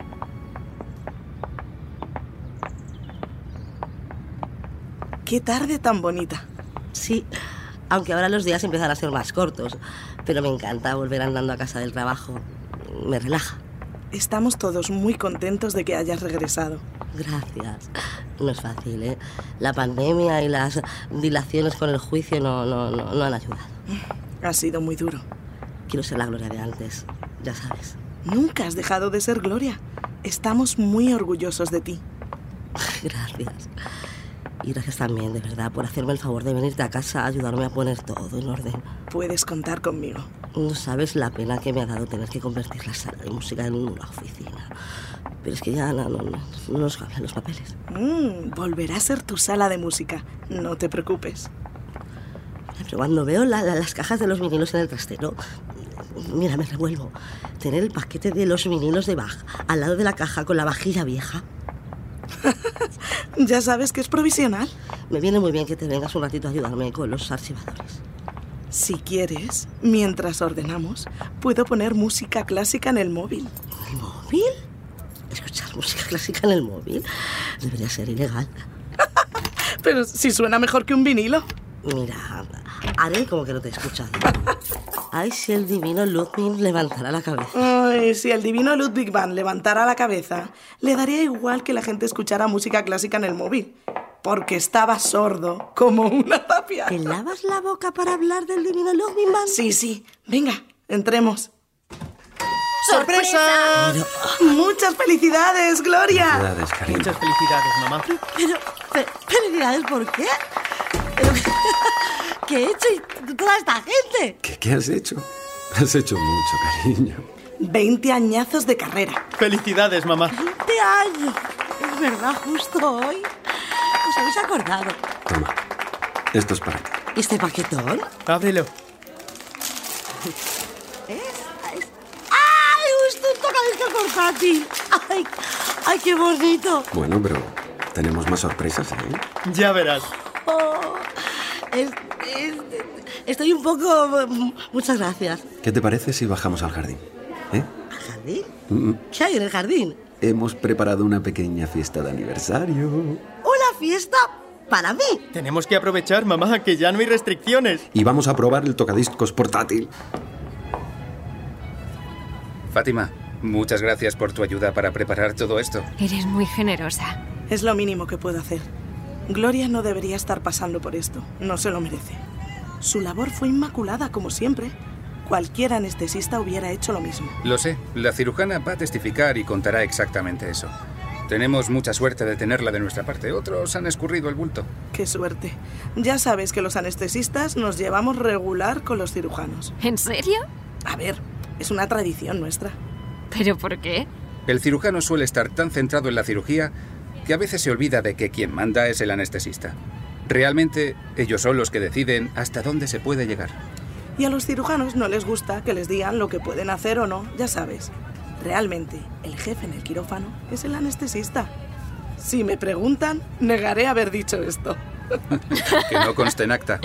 I: Qué tarde tan bonita.
C: Sí, aunque ahora los días empiezan a ser más cortos. Pero me encanta volver andando a casa del trabajo. Me relaja.
I: Estamos todos muy contentos de que hayas regresado.
C: Gracias. No es fácil, ¿eh? La pandemia y las dilaciones con el juicio no, no, no, no han ayudado.
I: Ha sido muy duro.
C: Quiero ser la gloria de antes, ya sabes. [laughs]
I: Nunca has dejado de ser Gloria. Estamos muy orgullosos de ti.
C: Gracias. Y gracias también, de verdad, por hacerme el favor de venirte a casa a ayudarme a poner todo en orden.
I: Puedes contar conmigo.
C: No sabes la pena que me ha dado tener que convertir la sala de música en una oficina. Pero es que ya no, no, no, no nos cambian los papeles.
I: Mm, volverá a ser tu sala de música. No te preocupes.
C: Pero cuando veo la- la- las cajas de los vinilos en el trastero, mira, me revuelvo. Tener el paquete de los vinilos de Bach al lado de la caja con la vajilla vieja.
I: Ya sabes que es provisional.
C: Me viene muy bien que te vengas un ratito a ayudarme con los archivadores.
I: Si quieres, mientras ordenamos, puedo poner música clásica en el móvil.
C: ¿El móvil? Escuchar música clásica en el móvil debería ser ilegal.
I: Pero si suena mejor que un vinilo.
C: Mira, haré como que no te he escuchado. Ay, si el divino Ludwig levantara la cabeza.
I: Ay, si el divino Ludwig van levantara la cabeza, le daría igual que la gente escuchara música clásica en el móvil. Porque estaba sordo, como una tapia.
C: ¿Te lavas la boca para hablar del divino Ludwig van?
I: Sí, sí. Venga, entremos.
H: ¡Sorpresa!
I: Muchas felicidades, Gloria.
F: Felicidades, cariño.
D: Muchas felicidades, mamá.
C: Pero, fe- felicidades, ¿por qué? Pero, [laughs] ¿Qué he hecho y toda esta gente?
F: ¿Qué, qué has hecho? Has hecho mucho, cariño.
I: 20 añazos de carrera.
D: Felicidades, mamá.
C: 20 años. Es verdad, justo hoy. ¿Os habéis acordado?
F: Toma. Esto es para ti.
C: ¿Y este paquetón?
D: Ábrelo.
C: ¿Es? es- ¡Ay, justo un tocadiscos portátil! ¡Ay, ay qué bonito!
F: Bueno, pero tenemos más sorpresas, ¿eh?
D: Ya verás.
C: Oh, es- es- estoy un poco... Muchas gracias.
F: ¿Qué te parece si bajamos al jardín? ¿Eh?
C: ¿Al jardín?
F: Mm,
C: ¿Qué hay en el jardín?
F: Hemos preparado una pequeña fiesta de aniversario.
C: ¿Una fiesta para mí?
D: Tenemos que aprovechar, mamá, que ya no hay restricciones.
F: Y vamos a probar el tocadiscos portátil.
G: Fátima, muchas gracias por tu ayuda para preparar todo esto.
H: Eres muy generosa.
I: Es lo mínimo que puedo hacer. Gloria no debería estar pasando por esto. No se lo merece. Su labor fue inmaculada, como siempre. Cualquier anestesista hubiera hecho lo mismo.
G: Lo sé, la cirujana va a testificar y contará exactamente eso. Tenemos mucha suerte de tenerla de nuestra parte. Otros han escurrido el bulto.
I: Qué suerte. Ya sabes que los anestesistas nos llevamos regular con los cirujanos.
H: ¿En serio?
I: A ver, es una tradición nuestra.
H: ¿Pero por qué?
G: El cirujano suele estar tan centrado en la cirugía que a veces se olvida de que quien manda es el anestesista. Realmente, ellos son los que deciden hasta dónde se puede llegar.
I: Y a los cirujanos no les gusta que les digan lo que pueden hacer o no, ya sabes. Realmente, el jefe en el quirófano es el anestesista. Si me preguntan, negaré haber dicho esto.
G: Que no conste en acta.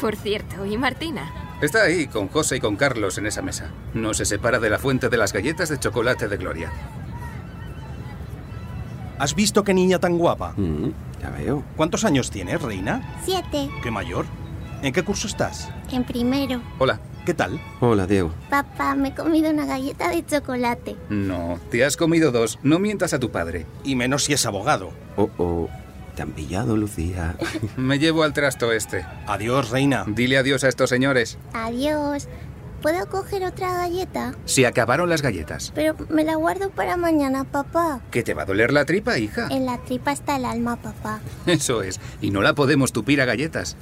H: Por cierto, ¿y Martina?
G: Está ahí con José y con Carlos en esa mesa. No se separa de la fuente de las galletas de chocolate de Gloria.
E: ¿Has visto qué niña tan guapa?
F: Mm, ya veo.
E: ¿Cuántos años tienes, reina?
J: Siete,
E: ¿Qué mayor? ¿En qué curso estás?
J: en primero.
G: Hola,
E: ¿Qué tal?
F: Hola, Diego.
J: Papá, me he comido una galleta de chocolate.
G: No, te has comido dos. No mientas a tu padre.
E: Y menos si es abogado.
F: Oh, oh. Te han pillado, Lucía.
G: Me llevo al trasto este.
E: Adiós, reina.
G: Dile adiós a estos señores.
J: Adiós. ¿Puedo coger otra galleta?
G: Se acabaron las galletas.
J: Pero me la guardo para mañana, papá.
G: ¿Que te va a doler la tripa, hija?
J: En la tripa está el alma, papá.
G: [laughs] Eso es. Y no la podemos tupir a galletas.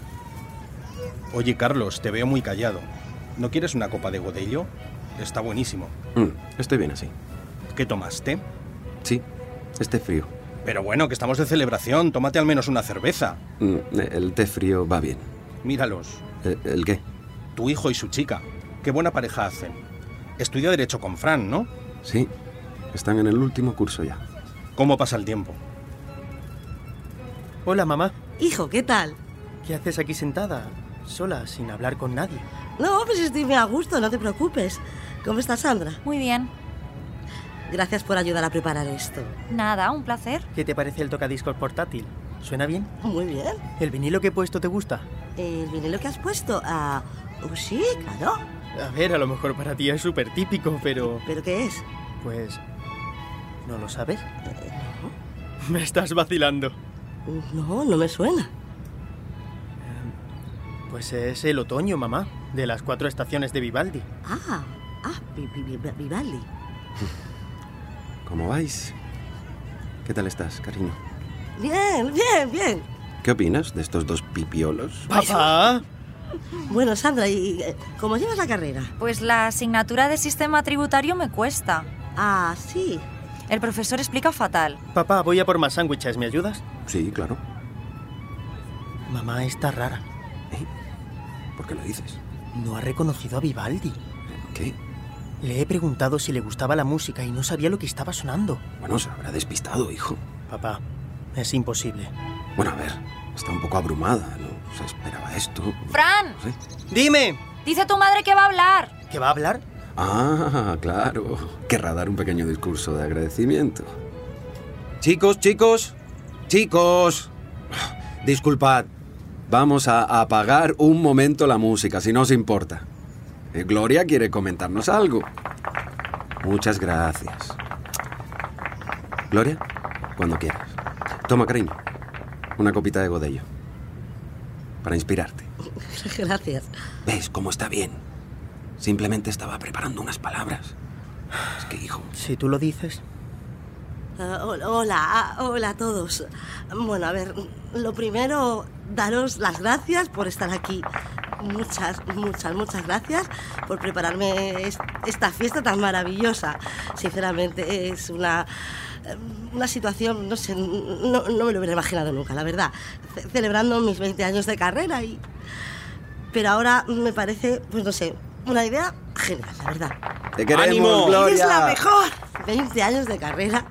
E: Oye, Carlos, te veo muy callado. ¿No quieres una copa de godello? Está buenísimo.
F: [laughs] Mm, estoy bien así.
E: ¿Qué tomaste?
F: Sí, este frío.
E: Pero bueno, que estamos de celebración. Tómate al menos una cerveza.
F: Mm, el té frío va bien.
E: Míralos.
F: Eh, ¿El qué?
E: Tu hijo y su chica. Qué buena pareja hacen. Estudia Derecho con Fran, ¿no?
F: Sí, están en el último curso ya.
E: ¿Cómo pasa el tiempo?
D: Hola, mamá.
C: Hijo, ¿qué tal?
D: ¿Qué haces aquí sentada? Sola, sin hablar con nadie.
C: No, pues estoy muy a gusto, no te preocupes. ¿Cómo estás, Sandra?
K: Muy bien.
C: Gracias por ayudar a preparar esto.
K: Nada, un placer.
D: ¿Qué te parece el tocadiscos portátil? ¿Suena bien?
C: Muy bien.
D: ¿El vinilo que he puesto te gusta?
C: ¿El vinilo que has puesto? Ah, oh, sí, claro.
D: A ver, a lo mejor para ti es súper típico, pero...
C: ¿Pero qué es?
D: Pues... ¿No lo sabes? Me estás vacilando.
C: No, no me suena.
D: Pues es el otoño, mamá, de las cuatro estaciones de Vivaldi.
C: Ah, ah, Vi- Vi- Vi- Vivaldi.
F: ¿Cómo vais? ¿Qué tal estás, cariño?
C: Bien, bien, bien.
F: ¿Qué opinas de estos dos pipiolos?
D: ¡Papá!
C: Bueno, Sandra, ¿y eh, cómo llevas la carrera?
K: Pues la asignatura de sistema tributario me cuesta.
C: Ah, sí. [laughs]
K: El profesor explica fatal.
D: Papá, voy a por más sándwiches, ¿me ayudas?
F: Sí, claro.
D: Mamá está rara.
F: ¿Por qué lo dices?
D: No ha reconocido a Vivaldi.
F: ¿Qué?
D: Le he preguntado si le gustaba la música y no sabía lo que estaba sonando.
F: Bueno, se habrá despistado, hijo.
D: Papá, es imposible.
F: Bueno, a ver, está un poco abrumada, no se esperaba esto.
K: ¡Fran!
F: Sí.
D: ¡Dime!
K: Dice tu madre que va a hablar.
D: ¿Que va a hablar?
F: Ah, claro. Querrá dar un pequeño discurso de agradecimiento. Chicos, chicos, chicos. Disculpad. Vamos a apagar un momento la música, si no os importa. Eh, Gloria quiere comentarnos algo. Muchas gracias. Gloria, cuando quieras. Toma, cariño. Una copita de godello. Para inspirarte.
C: Gracias.
F: ¿Ves cómo está bien? Simplemente estaba preparando unas palabras. Es que, hijo,
D: Si tú lo dices.
C: Ah, hol- hola, ah, hola a todos. Bueno, a ver, lo primero, daros las gracias por estar aquí. Muchas, muchas, muchas gracias por prepararme es- esta fiesta tan maravillosa. Sinceramente, es una, eh, una situación, no sé, no, no me lo hubiera imaginado nunca, la verdad. Ce- celebrando mis 20 años de carrera y... Pero ahora me parece, pues no sé, una idea genial, la verdad.
F: te queremos,
E: ¡Ánimo!
F: Gloria.
I: ¡Eres la mejor!
C: 20 años de carrera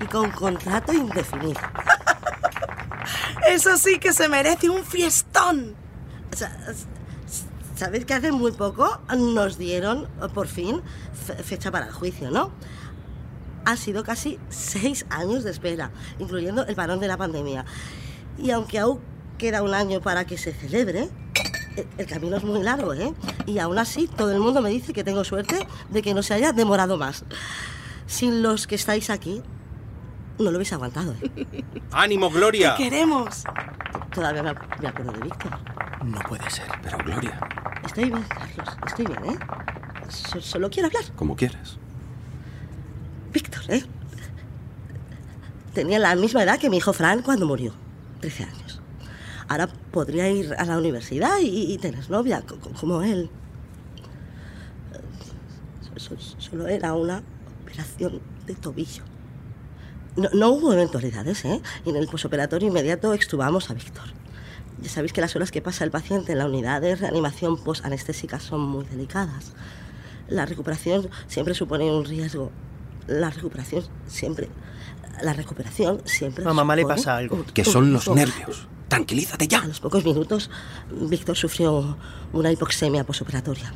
C: y con contrato indefinido.
I: Eso sí que se merece un fiestón.
C: Sa- s- Sabéis que hace muy poco nos dieron, por fin, fe- fecha para el juicio, ¿no? Ha sido casi seis años de espera, incluyendo el parón de la pandemia. Y aunque aún queda un año para que se celebre, e- el camino es muy largo, ¿eh? Y aún así, todo el mundo me dice que tengo suerte de que no se haya demorado más. Sin los que estáis aquí, no lo habéis aguantado, ¿eh?
E: ¡Ánimo, Gloria!
I: Queremos.
C: Todavía me ac- me acuerdo de Víctor.
D: No puede ser.
F: Pero, Gloria,
C: Estoy bien, Carlos, estoy bien, ¿eh? So- solo quiero hablar.
F: como quieras.
C: Víctor, ¿eh? Tenía la misma edad que mi hijo Fran cuando murió, 13 años. Ahora podría ir a la universidad y, y tener novia, co- co- como él. Eh, So- so- Solo era una operación de tobillo. No, no hubo eventualidades, ¿eh? Y en el posoperatorio inmediato extubamos a Víctor. Ya sabéis que las horas que pasa el paciente en la unidad de reanimación posanestésica son muy delicadas. La recuperación siempre supone un riesgo. La recuperación siempre. La recuperación siempre.
D: A mamá le
C: supone
D: pasa algo.
C: un-
F: Que
C: un
F: son los
C: riesgo.
F: nervios. Tranquilízate
C: A
F: ya.
C: los pocos minutos, Víctor sufrió una hipoxemia posoperatoria.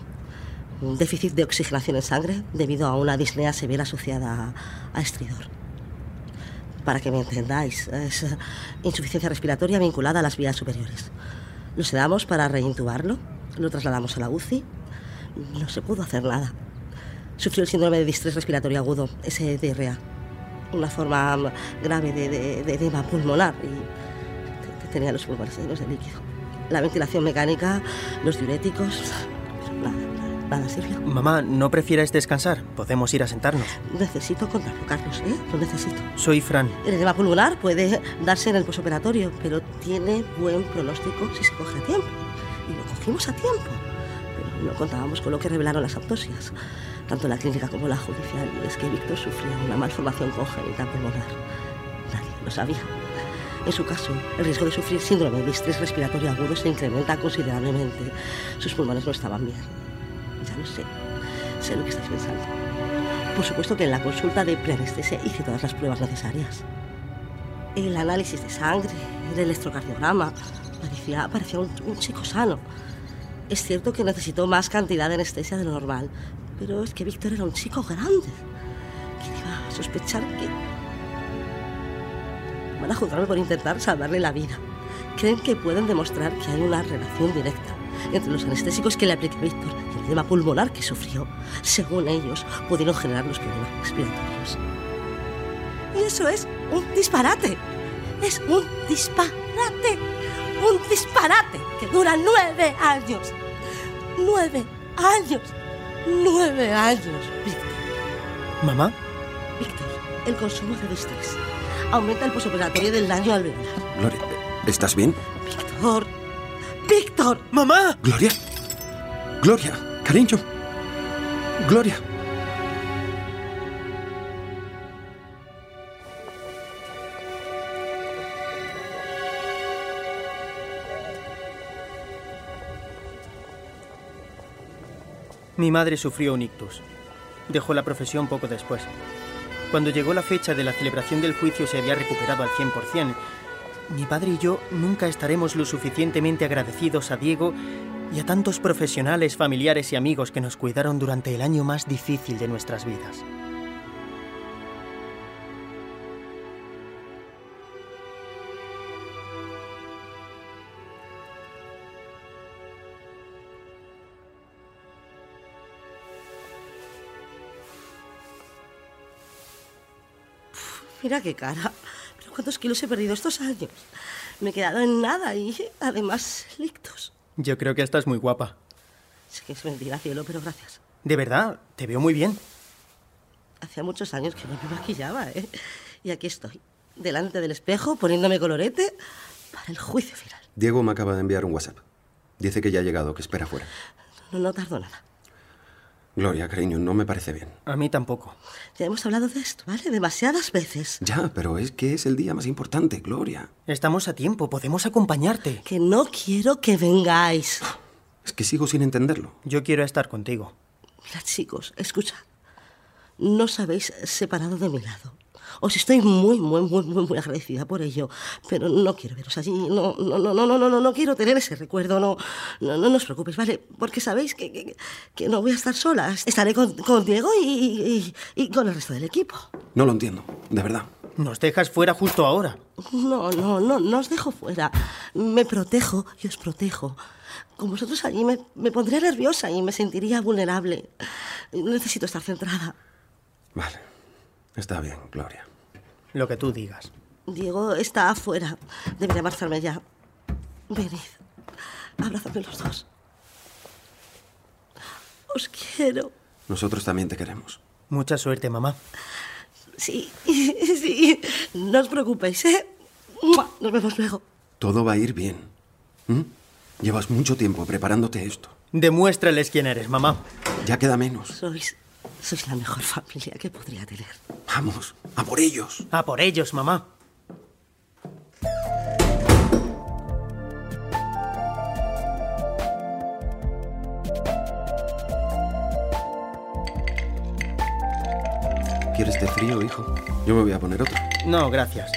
C: Un déficit de oxigenación en sangre debido a una disnea severa asociada a, a estridor. Para que me entendáis, es eh, insuficiencia respiratoria vinculada a las vías superiores. Lo sedamos para reintubarlo, lo trasladamos a la UCI, No se pudo hacer nada. Sufrió el síndrome de distrés respiratorio agudo, ese diarrea. Una forma grave de, de, de edema pulmonar y te- te- tenía los pulmones llenos de líquido. La ventilación mecánica, los diuréticos, pero nada, nada, nada sirvió.
D: Mamá, ¿no prefieres descansar? Podemos ir a sentarnos.
C: Necesito contarlo, Carlos, ¿eh? Lo necesito.
D: Soy Fran.
C: El edema pulmonar puede darse en el posoperatorio, pero tiene buen pronóstico si se coge a tiempo. Y lo cogimos a tiempo. Pero no contábamos con lo que revelaron las autopsias. Tanto la clínica como la judicial y es que Víctor sufría una malformación congénita pulmonar. Nadie lo sabía. En su caso, el riesgo de sufrir síndrome de estrés respiratorio agudo se incrementa considerablemente. Sus pulmones no estaban bien. Ya lo sé. Sé lo que estás pensando. Por supuesto que en la consulta de preanestesia hice todas las pruebas necesarias. El análisis de sangre, el electrocardiograma, parecía, parecía un, un chico sano. Es cierto que necesitó más cantidad de anestesia de lo normal, pero es que Víctor era un chico grande. ¿Quién iba a sospechar que... Van a juzgarme por intentar salvarle la vida. Creen que pueden demostrar que hay una relación directa entre los anestésicos que le aplica Víctor y el edema pulmonar que sufrió. Según ellos, pudieron generar los problemas respiratorios. Y eso es un disparate. Es un disparate. Un disparate que dura nueve años. Nueve años. Nueve años, Víctor.
D: ¿Mamá?
C: Víctor, el consumo de estrés aumenta el posoperatorio del daño alveolar.
F: Gloria, ¿estás bien?
C: Víctor. Víctor.
D: ¡Mamá!
F: Gloria. Gloria, cariño. Gloria.
D: Mi madre sufrió un ictus. Dejó la profesión poco después. Cuando llegó la fecha de la celebración del juicio se había recuperado al 100%. Mi padre y yo nunca estaremos lo suficientemente agradecidos a Diego y a tantos profesionales, familiares y amigos que nos cuidaron durante el año más difícil de nuestras vidas.
C: Mira qué cara. Pero cuántos kilos he perdido estos años. Me he quedado en nada y además lictos.
D: Yo creo que estás muy guapa.
C: Sé que es mentira, cielo, pero gracias.
D: De verdad, te veo muy bien.
C: Hacía muchos años que no me maquillaba, ¿eh? Y aquí estoy, delante del espejo, poniéndome colorete para el juicio final.
F: Diego me acaba de enviar un WhatsApp. Dice que ya ha llegado, que espera fuera.
C: No, no tardo nada.
F: Gloria, cariño, no me parece bien.
D: A mí tampoco.
C: Ya hemos hablado de esto, ¿vale? Demasiadas veces.
F: Ya, pero es que es el día más importante, Gloria.
D: Estamos a tiempo, podemos acompañarte.
C: Que no quiero que vengáis.
F: Es que sigo sin entenderlo.
D: Yo quiero estar contigo.
C: Mira, chicos, escuchad. No os habéis separado de mi lado. Os estoy muy, muy, muy, muy, muy agradecida por ello. Pero no quiero veros allí. No, no, no, no, no, no, no, no quiero tener ese recuerdo. No, no, no, no os preocupéis, ¿vale? Porque sabéis que, que- que no voy a estar sola. Estaré con, con Diego y, y- y- y con el resto del equipo.
F: No lo entiendo, de verdad.
D: Nos dejas fuera justo ahora.
C: No, no, no, no os dejo fuera. Me protejo y os protejo. Con vosotros allí me, me pondría nerviosa y me sentiría vulnerable. Necesito estar centrada.
F: Vale. Está bien, Gloria.
D: Lo que tú digas.
C: Diego está afuera. Debería marcharme ya. Venid. Abrazadme los dos. Os quiero.
F: Nosotros también te queremos.
D: Mucha suerte, mamá.
C: Sí, [laughs] sí. No os preocupéis, ¿eh? ¡Mua! Nos vemos luego.
F: Todo va a ir bien. ¿Mm? Llevas mucho tiempo preparándote esto.
D: Demuéstrales quién eres, mamá.
F: Ya queda menos.
C: Sois, sois la mejor familia que podría tener.
F: Vamos, a por ellos.
D: A por ellos, mamá.
F: ¿Quieres de frío, hijo? Yo me voy a poner otro.
D: No, gracias.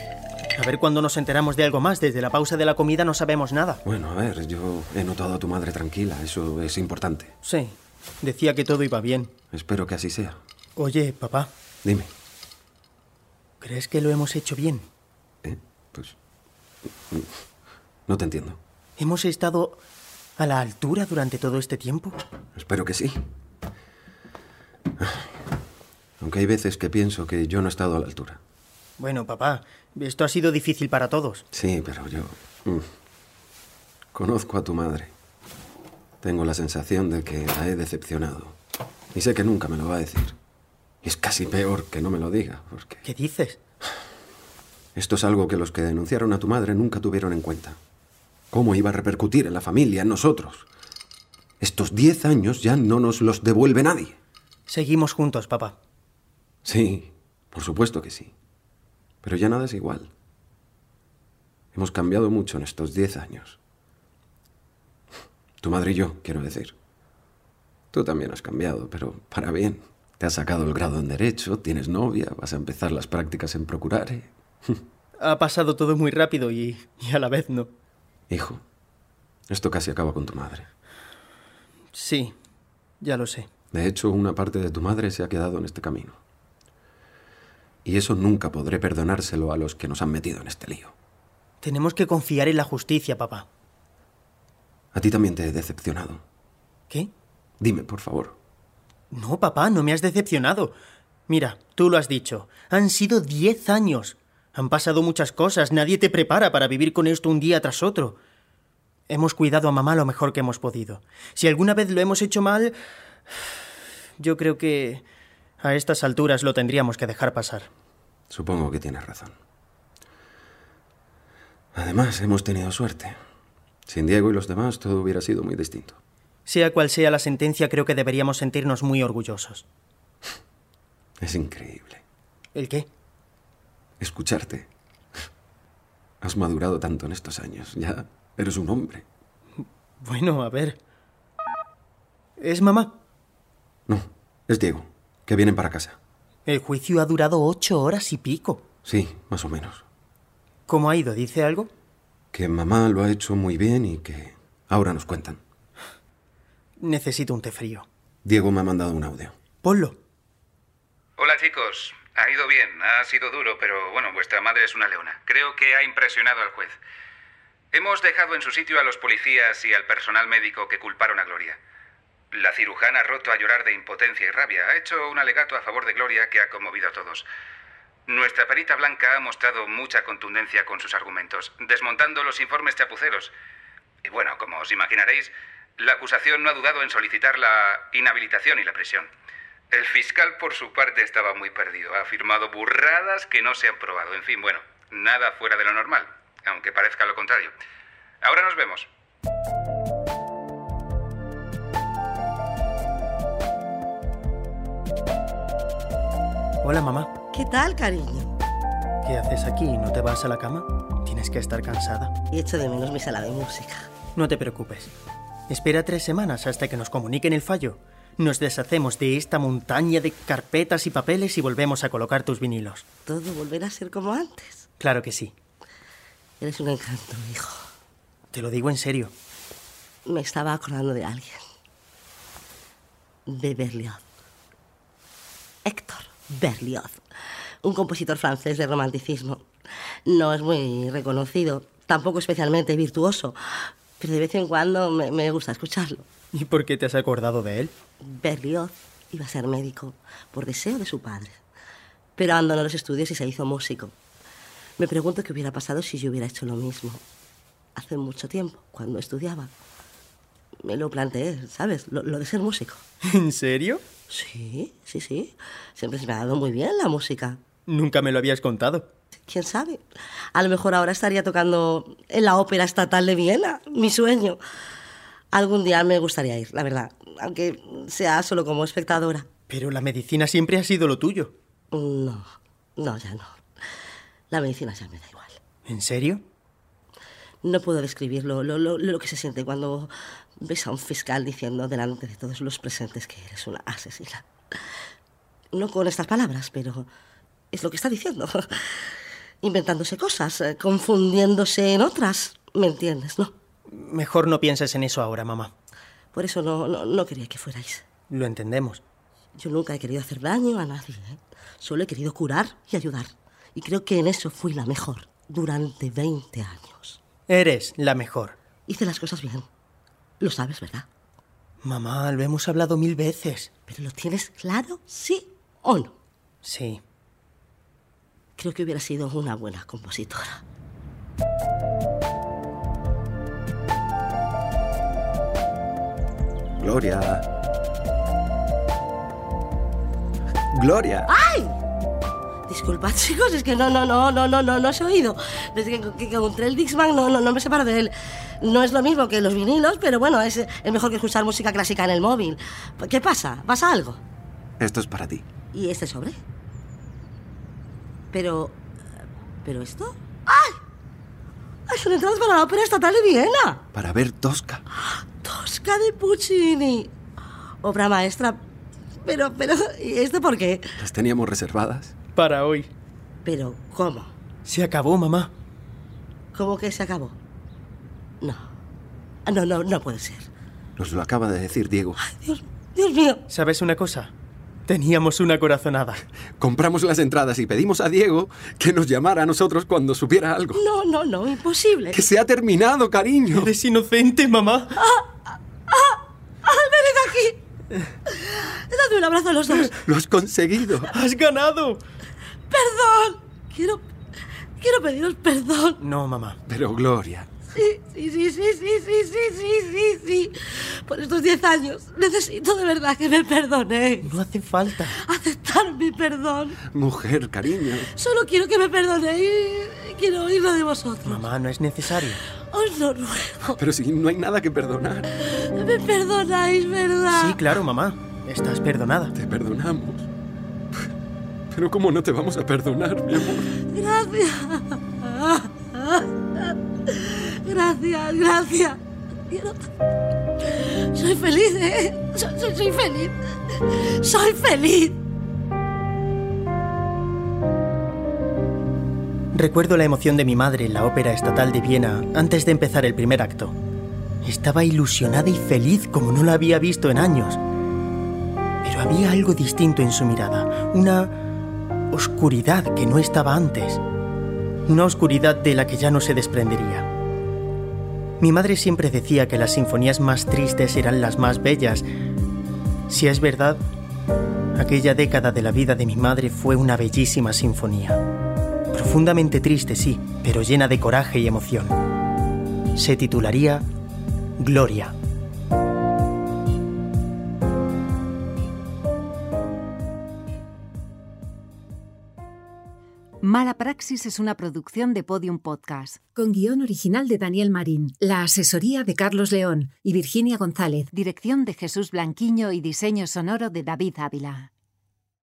D: A ver cuándo nos enteramos de algo más. Desde la pausa de la comida no sabemos nada.
F: Bueno, a ver, yo he notado a tu madre tranquila. Eso es importante.
D: Sí. Decía que todo iba bien.
F: Espero que así sea.
D: Oye, papá,
F: Dime.
D: ¿crees que lo hemos hecho bien?
F: ¿Eh? Pues... No te entiendo.
D: Hemos estado a la altura durante todo este tiempo?
F: Espero que sí. Aunque hay veces que pienso que yo no he estado a la altura.
D: Bueno, papá, esto ha sido difícil para todos.
F: Sí, pero yo... mm, Conozco a tu madre. Tengo la sensación de que la he decepcionado. Y sé que nunca me lo va a decir. Y es casi peor que no me lo diga, porque
D: ¿Qué dices?
F: esto es algo que los que denunciaron a tu madre nunca tuvieron en cuenta. ¿Cómo iba a repercutir en la familia, en nosotros? Estos 10 años ya no nos los devuelve nadie.
D: Seguimos juntos, papá.
F: Sí, por supuesto que sí. Pero ya nada es igual. Hemos cambiado mucho en estos 10 años. Tu madre y yo, quiero decir. Tú también has cambiado, pero para bien. Te has sacado el grado en Derecho, tienes novia, vas a empezar las prácticas en ¿eh? Procurare.
D: Ha pasado todo muy rápido y, y a la vez no.
F: Hijo, esto casi acaba con tu madre.
D: Sí, ya lo sé.
F: De hecho, una parte de tu madre se ha quedado en este camino. Y eso nunca podré perdonárselo a los que nos han metido en este lío.
D: Tenemos que confiar en la justicia, papá.
F: A ti también te he decepcionado.
D: ¿Qué?
F: Dime, por favor.
D: No, papá, no me has decepcionado. Mira, tú lo has dicho. Han sido 10 años. Han pasado muchas cosas. Nadie te prepara para vivir con esto un día tras otro. Hemos cuidado a mamá lo mejor que hemos podido. Si alguna vez lo hemos hecho mal, yo creo que a estas alturas lo tendríamos que dejar pasar.
F: Supongo que tienes razón. Además, hemos tenido suerte. Sin Diego y los demás todo hubiera sido muy distinto.
D: Sea cual sea la sentencia, creo que deberíamos sentirnos muy orgullosos.
F: Es increíble.
D: ¿El qué?
F: Escucharte. Has madurado tanto en estos años. Ya eres un hombre.
D: Bueno, a ver. ¿Es mamá?
F: No, es Diego, que vienen para casa.
D: El juicio ha durado ocho horas y pico.
F: Sí, más o menos.
D: ¿Cómo ha ido? ¿Dice algo?
F: Que mamá lo ha hecho muy bien y que ahora nos cuentan.
D: Necesito un té frío.
F: Diego me ha mandado un audio.
D: Ponlo.
L: Hola chicos, ha ido bien, ha sido duro, pero bueno, vuestra madre es una leona. Creo que ha impresionado al juez. Hemos dejado en su sitio a los policías y al personal médico que culparon a Gloria. La cirujana ha roto a llorar de impotencia y rabia. Ha hecho un alegato a favor de Gloria que ha conmovido a todos. Nuestra perita blanca ha mostrado mucha contundencia con sus argumentos, desmontando los informes chapuceros. Y bueno, como os imaginaréis, la acusación no ha dudado en solicitar la inhabilitación y la prisión. El fiscal, por su parte, estaba muy perdido. Ha afirmado burradas que no se han probado. En fin, bueno, nada fuera de lo normal, aunque parezca lo contrario. Ahora nos vemos.
D: Hola, mamá.
M: ¿Qué tal, cariño?
D: ¿Qué haces aquí? ¿No te vas a la cama? Tienes que estar cansada.
C: Y echo de menos mi sala de música.
D: No te preocupes. Espera tres semanas hasta que nos comuniquen el fallo. Nos deshacemos de esta montaña de carpetas y papeles y volvemos a colocar tus vinilos.
C: Todo volverá a ser como antes.
D: Claro que sí.
C: Eres un encanto, hijo.
D: Te lo digo en serio.
C: Me estaba acordando de alguien. De Berlioz. Héctor Berlioz. Un compositor francés de romanticismo. No es muy reconocido, tampoco especialmente virtuoso, pero de vez en cuando me, me gusta escucharlo.
D: ¿Y por qué te has acordado de él?
C: Berlioz iba a ser médico por deseo de su padre, pero abandonó los estudios y se hizo músico. Me pregunto qué hubiera pasado si yo hubiera hecho lo mismo. Hace mucho tiempo, cuando estudiaba, me lo planteé, ¿sabes? Lo, lo de ser músico.
D: ¿En serio?
C: Sí, sí, sí. Siempre se me ha dado muy bien la música.
D: Nunca me lo habías contado.
C: ¿Quién sabe? A lo mejor ahora estaría tocando en la Ópera Estatal de Viena, mi sueño. Algún día me gustaría ir, la verdad, aunque sea solo como espectadora.
D: Pero la medicina siempre ha sido lo tuyo.
C: No, no, ya no. La medicina ya me da igual.
D: ¿En serio?
C: No puedo describir lo, lo- lo- lo que se siente cuando ves a un fiscal diciendo delante de todos los presentes que eres una asesina. No con estas palabras, pero es lo que está diciendo. Inventándose cosas, eh, confundiéndose en otras. ¿Me entiendes, no?
D: Mejor no pienses en eso ahora, mamá.
C: Por eso no, no, no quería que fuerais.
D: Lo entendemos.
C: Yo nunca he querido hacer daño a nadie. ¿eh? Solo he querido curar y ayudar. Y creo que en eso fui la mejor durante 20 años.
D: Eres la mejor.
C: Hice las cosas bien. Lo sabes, ¿verdad?
D: Mamá, lo hemos hablado mil veces.
C: ¿Pero lo tienes claro, sí o no?
D: Sí.
C: Creo que hubiera sido una buena compositora.
F: Gloria. Gloria.
C: ¡Ay! Disculpad, [laughs] chicos, es que no, no, no, no, no, no, no os he oído. Desde que, que- que encontré el Dixman no, no, no me separo de él. No es lo mismo que los vinilos, pero bueno, es, es mejor que escuchar música clásica en el móvil. ¿Qué pasa? ¿Pasa algo?
F: Esto es para ti.
C: ¿Y este sobre? Pero... ¿Pero esto? ¡Ay! ¡Ay, son entradas para la ópera estatal de Viena!
F: Para ver Tosca.
C: Tosca de Puccini. Obra maestra. Pero, pero, ¿y esto por qué?
F: Las teníamos reservadas.
D: Para hoy.
C: Pero, ¿cómo?
D: Se acabó, mamá.
C: ¿Cómo que se acabó? No. Ah, No, no, no puede ser.
F: Nos lo acaba de decir Diego.
C: Dios mío.
D: ¿Sabes una cosa? Teníamos una corazonada.
F: Compramos las entradas y pedimos a Diego que nos llamara a nosotros cuando supiera algo.
C: No, no, no, imposible.
F: ¡Que se ha terminado, cariño!
D: Eres inocente, mamá.
C: ¡Ah, ven aquí! Dadme un abrazo a los dos.
F: Lo has conseguido.
D: ¡Has ganado!
C: ¡Perdón! Quiero... Quiero pediros perdón.
D: No, mamá.
F: Pero Gloria,
C: Sí, sí, sí, sí, sí, sí, sí, sí, sí, sí. Por estos 10 años necesito de verdad que me perdonéis.
D: No hace falta.
C: Aceptar mi perdón.
F: mujer, cariño.
C: Solo quiero que me perdonéis. Quiero oírlo de vosotros.
D: Mamá, no es necesario.
C: Os lo ruego.
F: Pero si no hay nada que perdonar.
C: Me perdonáis, ¿verdad?
D: Sí, claro, mamá. Estás perdonada.
F: Te perdonamos. Pero ¿cómo no te vamos a perdonar, mi amor?
C: Gracias. Gracias, gracias. Quiero- Soy feliz, ¿eh? Soy, soy- soy feliz. Soy feliz.
D: Recuerdo la emoción de mi madre en la Ópera Estatal de Viena antes de empezar el primer acto. Estaba ilusionada y feliz como no la había visto en años. Pero había algo distinto en su mirada, una oscuridad que no estaba antes. Una oscuridad de la que ya no se desprendería. Mi madre siempre decía que las sinfonías más tristes eran las más bellas. Si es verdad, aquella década de la vida de mi madre fue una bellísima sinfonía. Profundamente triste, sí, pero llena de coraje y emoción. Se titularía Gloria.
B: Mala Praxis es una producción de Podium Podcast.
M: Con guión original de Daniel Marín, la asesoría de Carlos León y Virginia González.
B: Dirección de Jesús Blanquiño y diseño sonoro de David Ávila.